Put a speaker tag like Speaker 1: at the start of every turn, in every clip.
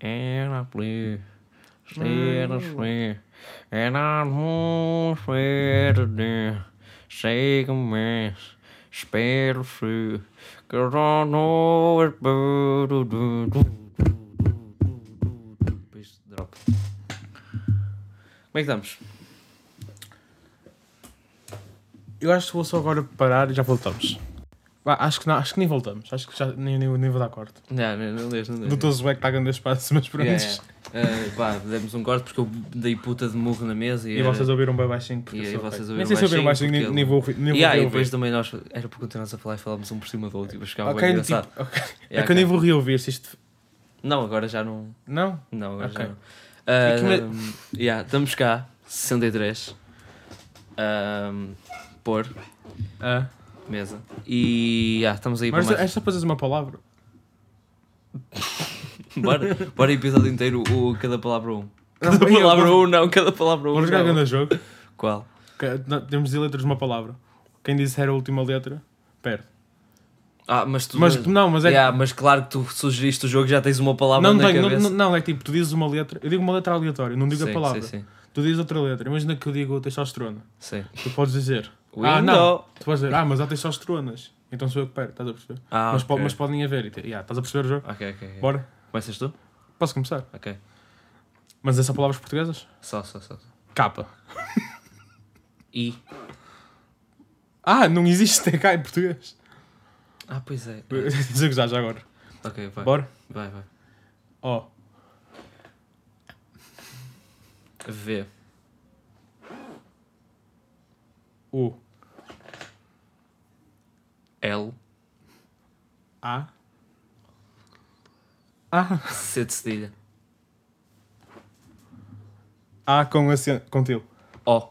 Speaker 1: Ela please. Say the sweet. And I won't swear to death. Say a mass. Spare the free. Cause I know it's better to do. do, do, do, do, do. Piece drop. Como é que estamos?
Speaker 2: Eu acho que vou só agora parar e já voltamos. Vá, acho, que não, acho que nem voltamos. Acho que já nem, nem, nem vou dar corte.
Speaker 1: Não, não, não deixa, não deixa.
Speaker 2: Doutor Zué que está a grande espaço, mas pronto.
Speaker 1: É. Yeah, yeah. Ah, pá, demos um corte porque eu dei puta de murro na mesa e,
Speaker 2: E
Speaker 1: era-
Speaker 2: vocês ouviram bem baixinho. Porque
Speaker 1: E aí
Speaker 2: eu sou
Speaker 1: vocês
Speaker 2: feio.
Speaker 1: ouviram
Speaker 2: nem sei se ouviram
Speaker 1: baixinho,
Speaker 2: baixinho, nem,
Speaker 1: porque
Speaker 2: nem vou ouvir. Nem
Speaker 1: Yeah,
Speaker 2: vou
Speaker 1: e depois
Speaker 2: reouvir.
Speaker 1: também nós era para continuarmos a falar e falávamos um por cima do outro, e ficava
Speaker 2: Ok,
Speaker 1: bem
Speaker 2: do
Speaker 1: engraçado.
Speaker 2: tipo, ok. é
Speaker 1: Yeah,
Speaker 2: que eu nem
Speaker 1: cara.
Speaker 2: vou reouvir se isto.
Speaker 1: Não, agora já não.
Speaker 2: Não?
Speaker 1: Não, agora
Speaker 2: Ok.
Speaker 1: já não. Ah,
Speaker 2: E que me-
Speaker 1: hum, yeah, estamos cá, 63. Um, por
Speaker 2: Ah.
Speaker 1: mesa. E yeah, estamos aí
Speaker 2: Mas
Speaker 1: para
Speaker 2: é
Speaker 1: mais.
Speaker 2: só para dizeres uma palavra.
Speaker 1: Bora, bora episódio inteiro, o, cada palavra um. Cada
Speaker 2: bem, eu
Speaker 1: palavra
Speaker 2: vou-
Speaker 1: um, não, cada palavra um.
Speaker 2: Vamos jogar
Speaker 1: não.
Speaker 2: grande jogo.
Speaker 1: Qual?
Speaker 2: Que- não, Temos de dizer letras de uma palavra. Quem disser a última letra, perde.
Speaker 1: Ah, mas tu.
Speaker 2: Mas não, mas é que.
Speaker 1: Yeah, mas claro que tu sugeriste o jogo já tens uma palavra
Speaker 2: Não,
Speaker 1: na
Speaker 2: tenho,
Speaker 1: cabeça.
Speaker 2: não, não, é que tipo, tu dizes uma letra, eu digo uma letra aleatória, não digo
Speaker 1: Sim,
Speaker 2: a palavra.
Speaker 1: Sim, sim.
Speaker 2: Tu dizes outra letra, imagina que eu digo testosterona.
Speaker 1: sim.
Speaker 2: Tu podes dizer,
Speaker 1: Window.
Speaker 2: Ah, não. tu podes dizer, ah, mas há testosteronas. Então sou eu que perco, estás a perceber?
Speaker 1: Ah,
Speaker 2: mas, po-
Speaker 1: ok.
Speaker 2: mas podem haver. e te- Yeah, estás a perceber o jogo?
Speaker 1: Ok, ok. ok.
Speaker 2: Bora,
Speaker 1: Começas tu?
Speaker 2: posso começar.
Speaker 1: Ok.
Speaker 2: Mas é só palavras portuguesas?
Speaker 1: Só, só, só.
Speaker 2: Capa.
Speaker 1: I.
Speaker 2: Ah, não existe TK em português.
Speaker 1: Ah, pois é.
Speaker 2: Dizer que já, já agora.
Speaker 1: Ok, vai.
Speaker 2: Bora?
Speaker 1: Vai, vai.
Speaker 2: Ó.
Speaker 1: V.
Speaker 2: U.
Speaker 1: L.
Speaker 2: A. A.
Speaker 1: C de cedilha.
Speaker 2: A com acento. Com til.
Speaker 1: O.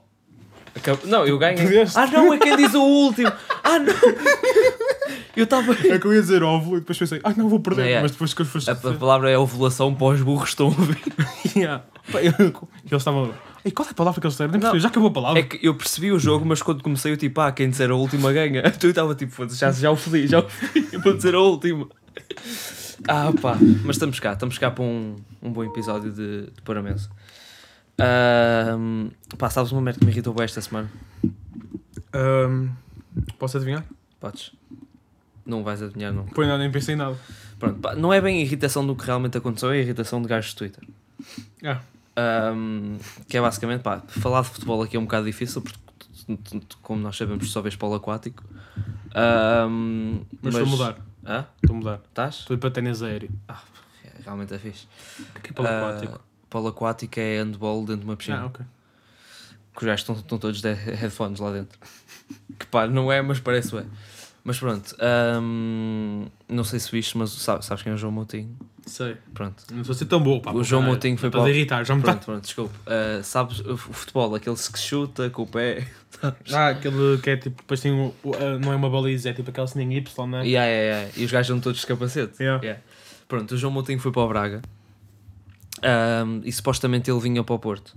Speaker 1: Acab- Não, eu ganhei.
Speaker 2: Perdeste.
Speaker 1: Ah, não, é quem diz o último. Ah, não. Eu estava.
Speaker 2: É que eu ia dizer óvulo e depois pensei, ah, não vou perder.
Speaker 1: Não, é.
Speaker 2: Mas depois que eu foste.
Speaker 1: A, a palavra é ovulação para os burros que estão a ouvir.
Speaker 2: Yeah. Pá, eu- Eles estavam. E qual é a palavra que eles disseram? Nem
Speaker 1: Não.
Speaker 2: percebi, já acabou a palavra.
Speaker 1: É que eu percebi o jogo, mas quando comecei eu tipo, ah, quem disser a última ganha. Então eu estava tipo, foda-se, já, já o fodi, já o fodi, eu vou dizer a última. Ah pá, mas estamos cá, estamos cá para um, um bom episódio de, de Pôr a Mesa. Ahm, pá, sabes uma merda que me irritou bem esta semana? hum,
Speaker 2: Ahm, posso adivinhar?
Speaker 1: Podes. Não vais adivinhar, não.
Speaker 2: Pois não, nem pensei em nada.
Speaker 1: Pronto, pá, não é bem a irritação do que realmente aconteceu, é a irritação de gajos de Twitter.
Speaker 2: Ah,
Speaker 1: Ahm, que é basicamente, pá, falar de futebol aqui é um bocado difícil, porque, tu- tu- tu- como nós sabemos, tu só vês polo aquático. Ahm,
Speaker 2: mas estou a mudar.
Speaker 1: Hã?
Speaker 2: Estou a mudar.
Speaker 1: Estás?
Speaker 2: Estou a ir para ténis aéreo.
Speaker 1: É, Realmente é fixe.
Speaker 2: O que é polo
Speaker 1: Ah,
Speaker 2: aquático?
Speaker 1: Polo aquático é handball dentro de uma piscina.
Speaker 2: Ah, ok.
Speaker 1: Que os gajos estão, estão todos de headphones lá dentro. Que pá, não é, mas parece é. Mas pronto, ahm, não sei se viste, mas sabes, sabes quem é o João Moutinho?
Speaker 2: Sei.
Speaker 1: Pronto.
Speaker 2: Não sou assim tão boa, pá.
Speaker 1: O
Speaker 2: pô,
Speaker 1: João
Speaker 2: caralho.
Speaker 1: Moutinho foi
Speaker 2: Estás a
Speaker 1: para o-
Speaker 2: irritar, tá- já me está.
Speaker 1: Pronto, pronto, desculpa. Ah, sabes o futebol, aquele que se chuta com o pé.
Speaker 2: Ah, aquele que é tipo, depois tem um, o- ah, não é uma baliza, é tipo aquela sininha Y, não é?
Speaker 1: Yeah, yeah, yeah. E os gajos andam todos de capacete.
Speaker 2: Yeah.
Speaker 1: Yeah. Pronto, o João Moutinho foi para o Braga Ahm, e supostamente ele vinha para o Porto.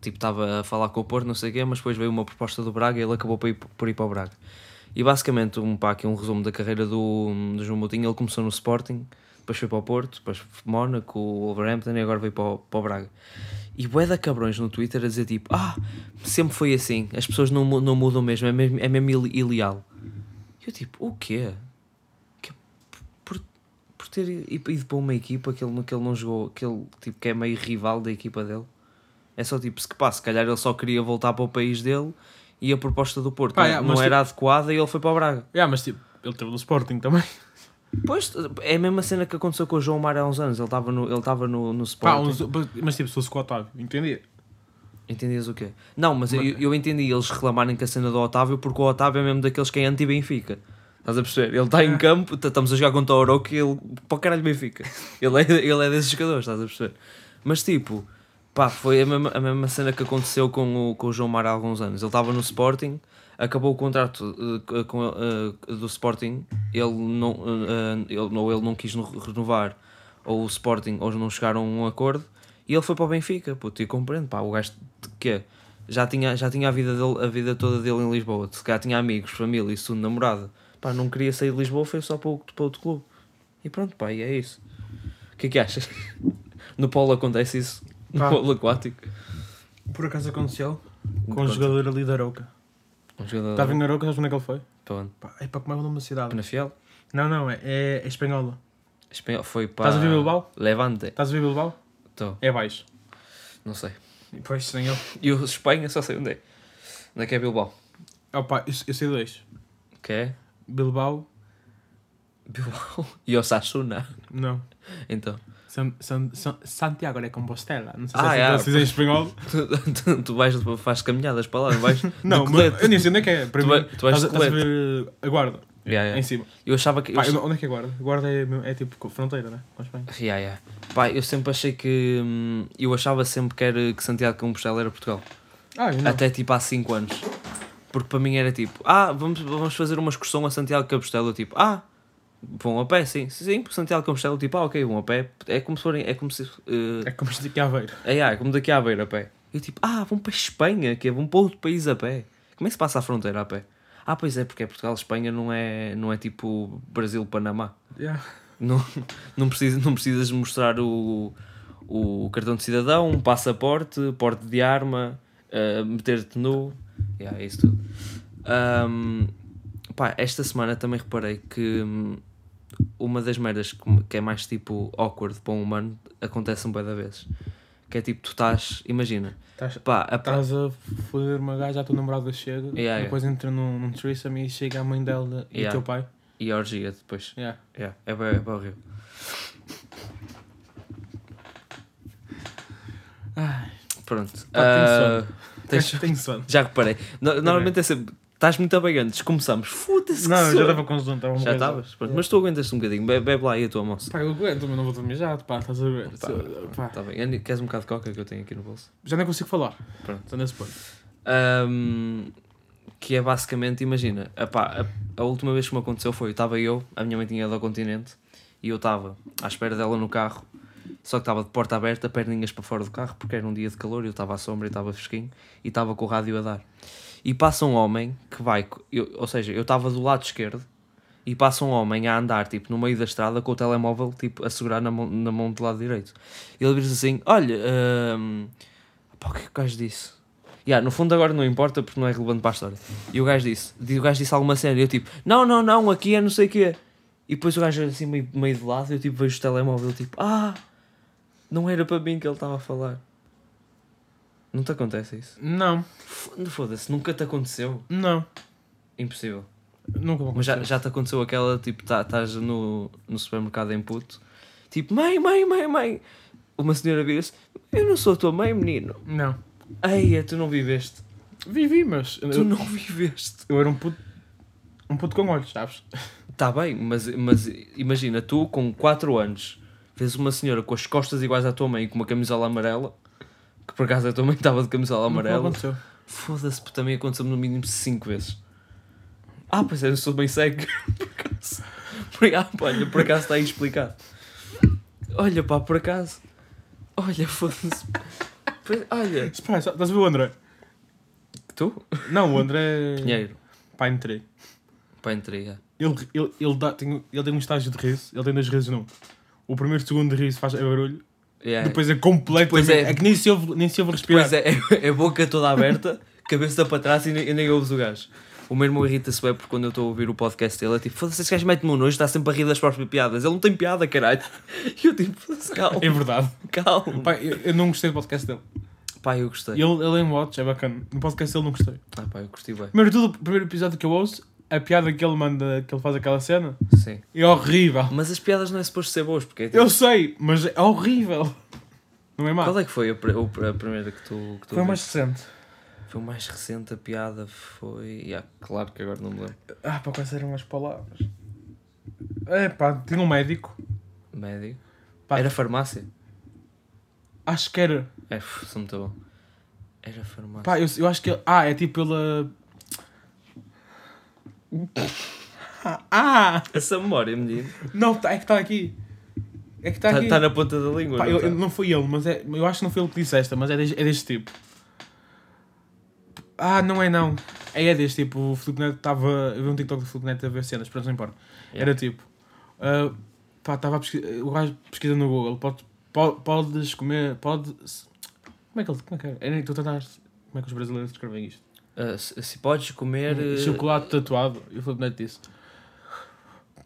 Speaker 1: Tipo, estava a falar com o Porto, não sei o quê, mas depois veio uma proposta do Braga e ele acabou por ir, por ir para o Braga. E basicamente, um, pá, aqui um resumo da carreira do, do João Moutinho. Ele começou no Sporting, depois foi para o Porto, depois foi para o Mónaco, o Wolverhampton e agora veio para o, para o Braga. E bué da cabrões no Twitter a dizer tipo, ah, sempre foi assim, as pessoas não, mu- não mudam mesmo, é mesmo, é mesmo ili- ilial. E eu tipo, o quê? Que- é por, por ter ido ido para uma equipa que ele, que ele não jogou, que ele tipo, que é meio rival da equipa dele. É só tipo, se que pá, se calhar ele só queria voltar para o país dele e a proposta do Porto
Speaker 2: Pá,
Speaker 1: não-
Speaker 2: yeah,
Speaker 1: não,
Speaker 2: mas
Speaker 1: era adequada e ele foi para o Braga.
Speaker 2: Yeah, mas tipo, ele teve no Sporting também.
Speaker 1: Pois, é a mesma cena que aconteceu com o João Mar há uns anos, ele estava no, ele estava no, no
Speaker 2: Pá,
Speaker 1: Sporting.
Speaker 2: uns- mas tipo, se fosse com o Otávio, entendi.
Speaker 1: Entendias o quê? Não, mas eu, eu entendi eles reclamarem que a cena do Otávio, porque o Otávio é mesmo daqueles que é anti-Benfica. Estás a perceber? Ele está em campo, t- estamos a jogar contra o Oroco e ele, para o caralho, Benfica. Ele é, ele é desses jogadores, estás a perceber? Mas tipo, pá, foi a mesma, a mesma cena que aconteceu com o, com o João Mar há alguns anos. Ele estava no Sporting, acabou o contrato eh, com, eh, do Sporting, ele não, eh, eh, ele, ou ele não quis no- renovar, ou o Sporting, ou não chegaram a um acordo, e ele foi para o Benfica, puto, e compreendo, pá, o gajo de quê? Já tinha, já tinha a, vida dele, a vida toda dele em Lisboa, se calhar tinha amigos, família e segundo namorada, pá, não queria sair de Lisboa, foi só para, o- para outro clube. E pronto, pá, e é isso. O que é que achas? No polo acontece isso. No
Speaker 2: Pá.
Speaker 1: polo aquático.
Speaker 2: Por acaso aconteceu com um
Speaker 1: Conta.
Speaker 2: jogador ali da Arouca.
Speaker 1: Um jogador.
Speaker 2: Estava em Arouca, sabes onde é que ele foi?
Speaker 1: Para onde?
Speaker 2: Pá, é para como é o nome da cidade?
Speaker 1: Penafiel?
Speaker 2: Não, não, é, é, é espanhola.
Speaker 1: Espanhol. Foi para.
Speaker 2: Estás a ver Bilbao?
Speaker 1: Levante.
Speaker 2: Estás a ver Bilbao?
Speaker 1: Estou.
Speaker 2: É baixo.
Speaker 1: Não sei.
Speaker 2: Pois, sem ele.
Speaker 1: E o Espanha só sei onde é. Onde é que é Bilbao?
Speaker 2: Opa, eu, eu sei dois.
Speaker 1: Que é?
Speaker 2: Bilbao,
Speaker 1: Bilbao. E Osasuna.
Speaker 2: não.
Speaker 1: Então.
Speaker 2: San, San, San, Santiago de Compostela. Não sei
Speaker 1: Ah,
Speaker 2: se
Speaker 1: é.
Speaker 2: é, se é em espanhol.
Speaker 1: Tu, tu, tu vais, fazes caminhadas para lá, não vais?
Speaker 2: Não,
Speaker 1: De
Speaker 2: mas
Speaker 1: colete.
Speaker 2: eu nem sei onde é que é. Para
Speaker 1: Tu
Speaker 2: mim,
Speaker 1: vai- tu vais
Speaker 2: estás,
Speaker 1: de
Speaker 2: estás a ver a guarda,
Speaker 1: Yeah, yeah.
Speaker 2: em cima.
Speaker 1: Eu achava que.
Speaker 2: Pá,
Speaker 1: eu...
Speaker 2: onde é que é a guarda? A guarda é, mesmo- é tipo co- fronteira, né? Com a Espanha.
Speaker 1: Yeah, yeah. Pá, eu sempre achei que. hum, eu achava sempre que, era, que Santiago de Compostela era Portugal.
Speaker 2: Ah, eu não.
Speaker 1: Até tipo há 5 anos. Porque para mim era tipo, ah, vamos, vamos fazer uma excursão a Santiago de Compostela. Eu, Tipo, ah, vão a pé, sim. Sim, porque Santiago de Compostela, tipo, ah, ok, vão a pé. É como se forem. É como se. eh,
Speaker 2: É como se diz que é Aveiro.
Speaker 1: Ah, yeah, é como daqui à beira a pé. Eu tipo, ah, vão para a Espanha, que é, vão para outro país a pé. Como é que se passa a fronteira a pé? Ah, pois é, porque é Portugal-Espanha não é, não é tipo Brasil-Panamá.
Speaker 2: Yeah.
Speaker 1: Não, não, precisas, não precisas mostrar o, o cartão de cidadão, um passaporte, porte de arma, ah, meter-te nu. Yeah, é isso tudo. Ahm, pá, esta semana também reparei que hum, uma das merdas que- que é mais tipo awkward para um humano acontece um bué da vez. Que é tipo, tu estás, imagina,
Speaker 2: Estás
Speaker 1: pá, a,
Speaker 2: estás a foder uma gaja, a tua namorada chega,
Speaker 1: Ah, tá. Yeah,
Speaker 2: depois entra num, num threesome e chega a mãe dela e
Speaker 1: Yeah.
Speaker 2: o teu pai.
Speaker 1: e a orgia depois.
Speaker 2: Yeah.
Speaker 1: Yeah, é bué é bué horrível.
Speaker 2: Ai,
Speaker 1: Pronto.
Speaker 2: Pá, tenho
Speaker 1: Ah, tens-
Speaker 2: tenho, tenho sono.
Speaker 1: Já reparei. No- normalmente é sempre. Estás muito abagante, começamos. Foda-se que
Speaker 2: Não, eu já
Speaker 1: sono.
Speaker 2: estava com sono, estava
Speaker 1: Já estavas? Pronto, Mas tu aguentas um bocadinho. Bebe, bebe lá aí a tua moça.
Speaker 2: Pá, eu aguento, mas não vou dormir já, pá, estás a ver? Se- pá,
Speaker 1: Tá bem. Andy, Queres um bocado de coca que eu tenho aqui no bolso?
Speaker 2: Já nem consigo falar.
Speaker 1: Pronto.
Speaker 2: Estou nesse ponto.
Speaker 1: Ahm, que é basicamente, imagina, epá, a, a última vez que me aconteceu foi, estava eu, a minha mãe tinha ido ao continente, e eu estava à espera dela no carro, só que estava de porta aberta, perninhas para fora do carro, porque era um dia de calor, eu estava à sombra e estava fresquinho, e estava com o rádio a dar. E passa um homem que vai, co- eu- ou seja, eu estava do lado esquerdo, e passa um homem a andar, tipo, no meio da estrada, com o telemóvel, tipo, a segurar na mão, na mão do lado direito. E ele diz assim, olha, ahm, pá, o que é que o gajo disse? Yeah, no fundo agora não importa porque não é relevante para a história. E o gajo disse, e o gajo disse alguma cena, e eu tipo, não, não, não, aqui é não sei o quê. E depois o gajo assim meio, meio de lado, eu tipo vejo o telemóvel, tipo, ah, não era para mim que ele estava a falar. Não te acontece isso?
Speaker 2: Não,
Speaker 1: F- Foda-se, nunca te aconteceu.
Speaker 2: não.
Speaker 1: Impossível.
Speaker 2: Nunca vou
Speaker 1: Mas já,
Speaker 2: acontecer.
Speaker 1: já te aconteceu aquela, tipo, tá- estás no, no supermercado em puto, tipo, mãe, mãe, mãe, mãe. Uma senhora vira-se, eu não sou a tua mãe, menino.
Speaker 2: Não.
Speaker 1: Eia, tu não viveste.
Speaker 2: Vivi, mas.
Speaker 1: Tu
Speaker 2: Eu,
Speaker 1: não viveste.
Speaker 2: eu era um puto. Um puto com olhos, sabes?
Speaker 1: Está Tá bem, mas, mas imagina, tu com 4 anos vês uma senhora com as costas iguais à tua mãe e com uma camisola amarela, que por acaso a tua mãe estava de camisola
Speaker 2: Nunca
Speaker 1: amarela.
Speaker 2: aconteceu.
Speaker 1: Foda-se, porque também aconteceu-me no mínimo 5 vezes. Ah, pois é, eu sou bem cego. por acaso. Por- ah, pá, olha, por acaso está aí explicado. Olha, pá, por acaso. Olha, foda-se. Pois- Olha,
Speaker 2: Espera, só- estás a ver o André?
Speaker 1: tu?
Speaker 2: Não, o André.
Speaker 1: Pinheiro,
Speaker 2: Pá, entrei.
Speaker 1: para entregar.
Speaker 2: Ele, ele, ele, dá, tem, ele tem um estágio de riso, ele tem dois risos num. O primeiro segundo de riso faz é barulho,
Speaker 1: Yeah.
Speaker 2: depois é completo.
Speaker 1: Depois é-
Speaker 2: é... que nem se ouve, nem se ouve respirar.
Speaker 1: Pois é, é, é boca toda aberta, cabeça para trás e nem, e nem ouves o gajo. O meu irmão irrita-se bem porque quando eu estou a ouvir o podcast dele é tipo, foda-se, esse gajo mete-me um nojo, está sempre a rir das próprias piadas. Ele não tem piada, caralho. E eu tipo, "Foda-se, calma,
Speaker 2: É verdade.
Speaker 1: calma.
Speaker 2: Pá, eu, eu não gostei do podcast dele.
Speaker 1: Pai, eu gostei.
Speaker 2: Ele, ele em Watch é bacana. No podcast dele não gostei.
Speaker 1: Ah, pá, eu gostei bem.
Speaker 2: Primeiro de tudo, o primeiro episódio que eu ouço, a piada que ele manda, que ele faz aquela cena,
Speaker 1: Sim.
Speaker 2: é horrível.
Speaker 1: Mas as piadas não é suposto ser boas, porque é tipo,
Speaker 2: Eu sei, mas é horrível. Não é má.
Speaker 1: Qual é que foi a, pr- o pr- a primeira que tu, que tu
Speaker 2: Foi a mais
Speaker 1: mais...
Speaker 2: recente.
Speaker 1: foi mais recente a piada, foi... Yeah, claro que agora não me lembro.
Speaker 2: Ah, pá, quais eram as palavras? É pá, tinha um médico.
Speaker 1: Médio.
Speaker 2: Pá.
Speaker 1: Era farmácia?
Speaker 2: Acho que era.
Speaker 1: É, f- sou muito bom. Era farmácia.
Speaker 2: Pá, eu, eu acho que ele. Ah, é tipo ele. ah, Ah!
Speaker 1: Essa memória, menino.
Speaker 2: Não, tá- é que está aqui. É que está
Speaker 1: Está
Speaker 2: aqui.
Speaker 1: Tá- na ponta da língua.
Speaker 2: Pá,
Speaker 1: não
Speaker 2: eu,
Speaker 1: tá?
Speaker 2: eu- não foi ele, mas é, eu acho que não foi ele que disse esta, mas é, des- é deste tipo. Ah, não é não. É, é deste tipo. O Filipe Neto estava. Eu vi um TikTok do Filipe Neto a ver cenas, pronto, não importa.
Speaker 1: Yeah.
Speaker 2: Era tipo. ah, pá, estava a pesquisar. O gajo pesquisa no Google. Pode, po- podes comer. Pode. Como é que ele. Como é que é? Eu nem estou a tentar. Como é que os brasileiros escrevem isto?
Speaker 1: Ah, se, se podes comer. eh,
Speaker 2: Chocolate tatuado. E o Filipe Neto disse: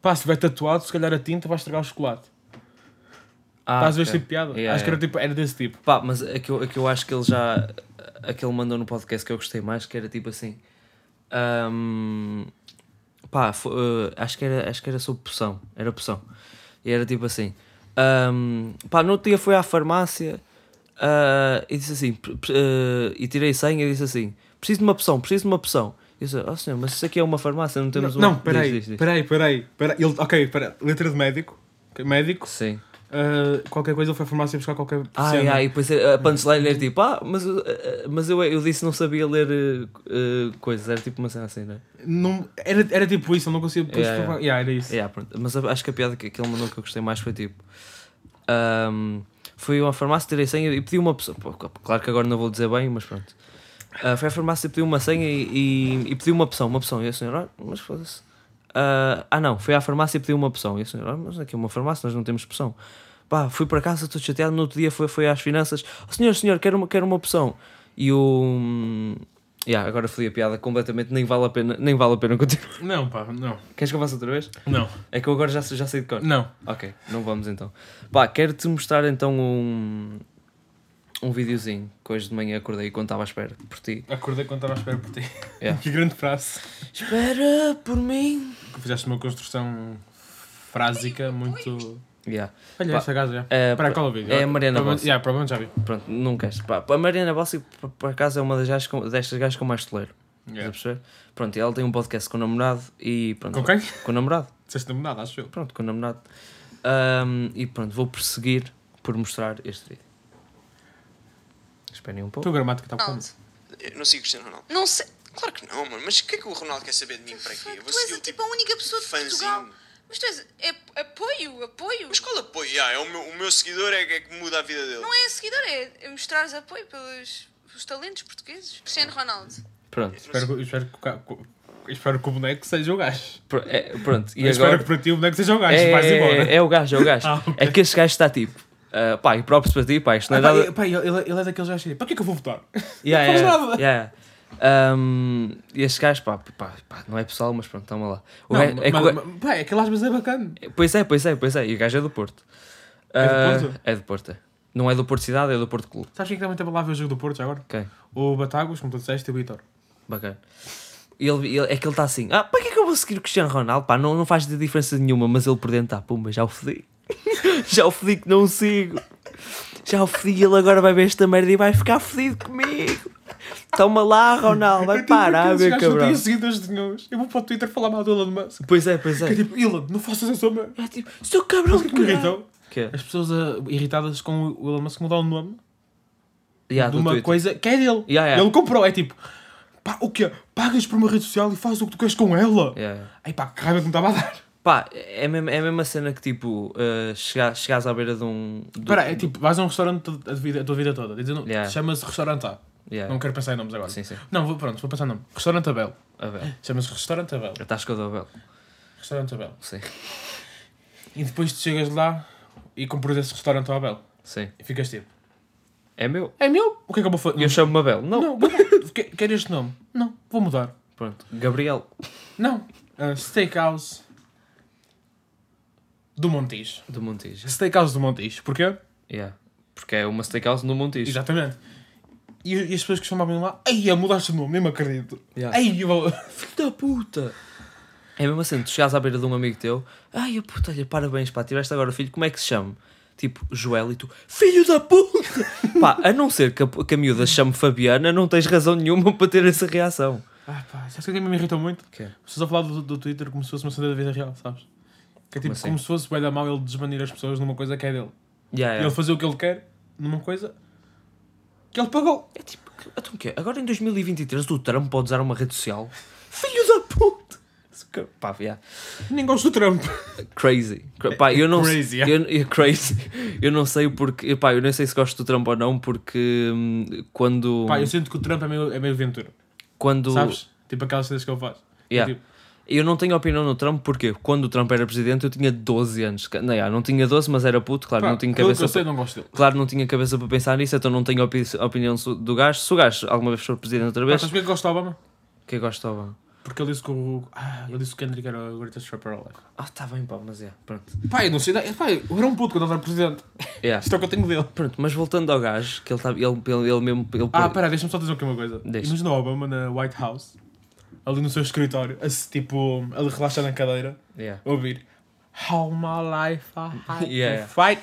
Speaker 2: Pá, se tiver tatuado, se calhar a tinta vai estragar o chocolate.
Speaker 1: ah,
Speaker 2: Estás a ver este
Speaker 1: ok.
Speaker 2: tipo de piada?
Speaker 1: Yeah,
Speaker 2: Acho que era,
Speaker 1: yeah.
Speaker 2: tipo, era desse tipo.
Speaker 1: Pá, mas a que, eu, a que eu acho que ele já. A que ele mandou no podcast que eu gostei mais, que era tipo assim. ahm, pá, fo- eh, acho, que era, acho que era sobre poção. Era poção. E era tipo assim. ahm, pá, no outro dia fui à farmácia ah, e disse assim. pre- pre- eh, e tirei 100 e disse assim: preciso de uma poção, preciso de uma poção. E eu disse: oh senhor, mas isso aqui é uma farmácia, não temos
Speaker 2: não,
Speaker 1: uma.
Speaker 2: não, peraí,
Speaker 1: Diz, diz, diz.
Speaker 2: peraí, peraí, peraí. Ele, ok, peraí. Letra de médico. Médico.
Speaker 1: Sim.
Speaker 2: ah, qualquer coisa, ele foi à farmácia buscar qualquer.
Speaker 1: Ai,
Speaker 2: cena.
Speaker 1: ai, Ah, e depois a punchline era tipo, ah, mas, uh, uh, mas eu, eu disse que não sabia ler uh, uh, coisas, era tipo uma cena assim, não é?
Speaker 2: Não, era, era tipo isso, eu não conseguia. Depois,
Speaker 1: Yeah,
Speaker 2: yeah, era isso.
Speaker 1: Yeah, pronto. É, Mas a- acho que a piada que, que ele mandou que eu gostei mais foi tipo. ahm, fui a uma farmácia, tirei senha e pedi uma pessoa. pô, Claro que agora não vou dizer bem, mas pronto. Ah, foi à farmácia, pedi uma senha e, e, e pedi uma opção, uma opção. E a senhora, ah, mas foda-se. Ah, ah, não, fui à farmácia e pedi uma opção. E a senhora, ah, mas aqui é uma farmácia, nós não temos opção. Pá, fui para casa, estou chateado. No outro dia foi, foi às finanças, "Oh, senhor, senhor, quero uma, quero uma opção. E o. hum, Yeah, agora fui a piada completamente, nem vale a pena, nem vale a pena continuar.
Speaker 2: Não, pá, não.
Speaker 1: Queres que eu faça outra vez?
Speaker 2: Não,
Speaker 1: É que eu agora já, já sei de cor.
Speaker 2: não.
Speaker 1: Ok, não vamos então. Pá, quero-te mostrar então um, um videozinho que hoje de manhã acordei quando estava à espera por ti.
Speaker 2: Acordei quando estava à espera por ti.
Speaker 1: Yeah.
Speaker 2: que grande frase.
Speaker 1: Espera por mim!
Speaker 2: Que fizeste uma construção frásica muito.
Speaker 1: Yeah.
Speaker 2: Olha,
Speaker 1: Pá,
Speaker 2: essa gaja já.
Speaker 1: é,
Speaker 2: Para qual é o vídeo?
Speaker 1: é a Mariana
Speaker 2: Provavelmente-
Speaker 1: Voss.
Speaker 2: yeah, provavelmente já vi.
Speaker 1: Pronto, não queres. Pá, a Mariana Bossi, por, por acaso, é uma das gajas com, destas gajas com mais toleiro. Estás a
Speaker 2: Yeah.
Speaker 1: perceber? Pronto, e ela tem um podcast com o namorado e pronto.
Speaker 2: Com quem?
Speaker 1: Com o namorado.
Speaker 2: Disseste namorado, acho eu.
Speaker 1: Pronto, com o namorado. Ahm, e pronto, vou prosseguir por mostrar este vídeo. Esperem um pouco.
Speaker 2: Tu gramática está como?
Speaker 3: Eu não sigo Cristiano Ronaldo.
Speaker 4: Não sei.
Speaker 3: Claro que não, mano. Mas o que é que o Ronaldo quer saber de mim para quê? Eu vou
Speaker 4: Tu és
Speaker 3: seguir
Speaker 4: a,
Speaker 3: o
Speaker 4: tipo
Speaker 3: tipo.
Speaker 4: a única pessoa de
Speaker 3: fãzinho.
Speaker 4: Portugal. Mas tu és. É, apoio, apoio.
Speaker 3: Mas qual apoio? Ah, é o, meu, o meu seguidor é que, é que muda a vida dele.
Speaker 4: Não é seguidor, é mostrares apoio pelos os talentos portugueses. Cristiano Ronaldo.
Speaker 1: Pronto.
Speaker 2: Espero, que- espero, que o ca- co- espero que o boneco seja o gajo.
Speaker 1: Pr- é, pronto. E agora...
Speaker 2: Eu Espero que para ti o boneco seja o gajo.
Speaker 1: é,
Speaker 2: Vais
Speaker 1: é,
Speaker 2: embora.
Speaker 1: é o gajo, é o gajo.
Speaker 2: Ah, ok.
Speaker 1: É que este gajo está tipo. ah, pá, e próprios para ti, pá, isto não
Speaker 2: Ah,
Speaker 1: é
Speaker 2: pá,
Speaker 1: nada.
Speaker 2: e- pá, ele, ele é daqueles gajos que para que é que eu vou votar?
Speaker 1: Yeah,
Speaker 2: não faz
Speaker 1: yeah,
Speaker 2: nada.
Speaker 1: yeah. Um, e este gajo, pá, pá, pá, não é pessoal, mas pronto, toma lá. O
Speaker 2: Não,
Speaker 1: gajo- é que o
Speaker 2: mas,
Speaker 1: gajo-
Speaker 2: mas- pá, aquele às vezes é bacana.
Speaker 1: pois é, pois é, pois é. E o gajo é do Porto.
Speaker 2: É do
Speaker 1: Ah,
Speaker 2: Porto?
Speaker 1: É do Porto, é. Não é do Porto Cidade, é do Porto Clube.
Speaker 2: Sabes quem é que também estava lá a ver o jogo do Porto já agora?
Speaker 1: Ok,
Speaker 2: O Batagos, como tu disseste, e o Vitor.
Speaker 1: bacana. E Ele, ele- é que ele está assim, ah, para que é que eu vou seguir o Cristiano Ronaldo? Pá, não, não faz diferença nenhuma, mas ele por dentro está, pumba, já o fodi. já o fodi que não o sigo. Já o fodi, ele agora vai ver esta merda e vai ficar fodido comigo. Toma lá, Ronaldo, vai parar, meu
Speaker 2: Eu
Speaker 1: cabrão.
Speaker 2: tenho seguidores de nós. Eu vou para o Twitter falar mal do Elon Musk.
Speaker 1: Pois é, pois
Speaker 2: Que é
Speaker 1: é.
Speaker 2: tipo, Elon, não faças essa merda.
Speaker 1: É tipo, sou cabrão de
Speaker 2: Que me
Speaker 1: caralho.
Speaker 2: irritam.
Speaker 1: Que é?
Speaker 2: As pessoas ah, irritadas com o Elon Musk mudar o nome
Speaker 1: Yeah,
Speaker 2: de
Speaker 1: do
Speaker 2: uma
Speaker 1: Twitter.
Speaker 2: coisa que é dele.
Speaker 1: Yeah, yeah.
Speaker 2: Ele comprou. É tipo, pá, o quê? Pagas por uma rede social e fazes o que tu queres com ela.
Speaker 1: Yeah, yeah.
Speaker 2: Ai pá, que raiva que me estava a dar.
Speaker 1: Pá, é mesmo, é mesmo a cena que tipo, uh, chega- chegares à beira de um. do-
Speaker 2: Espera, é tipo, vais a um restaurante a, vida- a tua vida toda. Dizendo,
Speaker 1: Yeah.
Speaker 2: Chama-se Restaurante A.
Speaker 1: Yeah.
Speaker 2: Não quero pensar em nomes agora.
Speaker 1: Sim, sim.
Speaker 2: Não, vou, pronto, vou pensar em nome. Restaurante Abel.
Speaker 1: A ver.
Speaker 2: Chama-se Restaurante Abel.
Speaker 1: A Tasca do Abel.
Speaker 2: Restaurante Abel.
Speaker 1: Sim,
Speaker 2: E depois tu chegas lá e compras esse restaurante ao Abel.
Speaker 1: sim.
Speaker 2: E ficas tipo,
Speaker 1: É meu.
Speaker 2: é meu? O que é que eu vou fazer?
Speaker 1: Eu chamo-me Abel. Não.
Speaker 2: Não, vou mudar. Que- quero este nome. Não, vou mudar.
Speaker 1: Pronto. Gabriel.
Speaker 2: Não. Ah, steakhouse do Montijo.
Speaker 1: Do Montijo.
Speaker 2: Steakhouse do Montijo. Porquê?
Speaker 1: Yeah. Porque é uma steakhouse no Montijo.
Speaker 2: Exatamente. E, e as pessoas que chamavam lá, ai, mudaste o nome, nem me acredito.
Speaker 1: Yeah.
Speaker 2: Ai, eu vou...
Speaker 1: Filho da puta! É mesmo assim, tu chegas à beira de um amigo teu, ai a puta, olha, parabéns, pá, tiveste agora filho, como é que se chama? Tipo, Joel e tu, filho da puta! pá, a não ser que a, que a miúda se chame Fabiana, não tens razão nenhuma para ter essa reação.
Speaker 2: Ah pá, sabes o que é que me irritou muito?
Speaker 1: Quê?
Speaker 2: Pessoas a falar do, do Twitter como se fosse uma cena da vida real, sabes? Que é tipo,
Speaker 1: assim?
Speaker 2: como se fosse o da mal ele desbanir as pessoas numa coisa que é dele.
Speaker 1: Yeah,
Speaker 2: E ele
Speaker 1: yeah.
Speaker 2: fazer o que ele quer numa coisa que ele pagou.
Speaker 1: É tipo, então o quê? Agora em 2023 o Trump pode usar uma rede social? Filho da puta! Pá, yeah.
Speaker 2: Nem gosto do Trump.
Speaker 1: Crazy. Cra- Pá, eu não
Speaker 2: É Crazy,
Speaker 1: sei, eu, eu- crazy. Eu não sei porque, pá, eu nem sei se gosto do Trump ou não, porque hum, quando
Speaker 2: Pá, eu sinto que o Trump é meio, é meio aventura.
Speaker 1: quando
Speaker 2: Sabes? Tipo aquelas cenas que ele faz.
Speaker 1: Yeah.
Speaker 2: É tipo,
Speaker 1: Eu não tenho opinião no Trump, porque quando o Trump era presidente eu tinha 12 anos. Ca- Não, já, não tinha 12, mas era puto, claro, não tinha
Speaker 2: pelo que
Speaker 1: cabeça.
Speaker 2: eu sei,
Speaker 1: pa-
Speaker 2: não gosto dele.
Speaker 1: Claro, não tinha cabeça para pensar nisso, então não tenho opi- opinião su- do gajo. Se o gajo alguma vez for presidente outra
Speaker 2: Mas
Speaker 1: vez,
Speaker 2: sabes porquê que eu gosto do Obama?
Speaker 1: que eu gosto do Obama.
Speaker 2: Porque ele disse que o. Ah, ele disse que o Kendrick era o greatest rapper alive.
Speaker 1: Ah, tá bem, pá, mas é, pronto.
Speaker 2: Pai, não sei. Pai, eu era um puto quando eu era presidente.
Speaker 1: Yeah.
Speaker 2: Isto é o que eu tenho dele.
Speaker 1: Pronto, mas voltando ao gajo, que ele, tava, ele, ele, ele mesmo. Ele,
Speaker 2: Ah, pera, deixa-me só dizer aqui uma coisa.
Speaker 1: Deixa.
Speaker 2: Imagina o Obama na White House, ali no seu escritório, a se, tipo, ele relaxa na cadeira,
Speaker 1: Yeah.
Speaker 2: a ouvir How my life I had
Speaker 1: Yeah.
Speaker 2: to fight.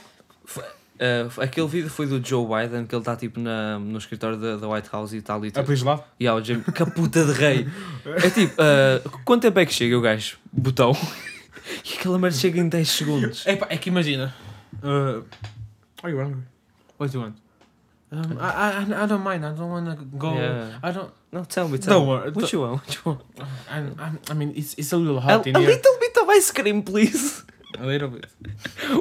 Speaker 1: Ah, aquele vídeo foi do Joe Biden, que ele está tipo na, no escritório da, da White House e tal. E
Speaker 2: A
Speaker 1: tal.
Speaker 2: país lá.
Speaker 1: E há o James, que puta de rei. É tipo, ah, quanto tempo é que chega o gajo? Botão. E aquela merda chega em 10 segundos.
Speaker 2: É, pá, é que imagina. Uh, are you hungry? What do you want? Um, I, I, I don't mind, I don't wanna go.
Speaker 1: Yeah.
Speaker 2: I don't.
Speaker 1: Não, tell me, tell
Speaker 2: Don't
Speaker 1: me.
Speaker 2: worry.
Speaker 1: What you want? What you want?
Speaker 2: I, I, I mean, it's, it's a little
Speaker 1: A,
Speaker 2: hot in
Speaker 1: a
Speaker 2: here.
Speaker 1: little bit of ice cream, please.
Speaker 2: A little bit.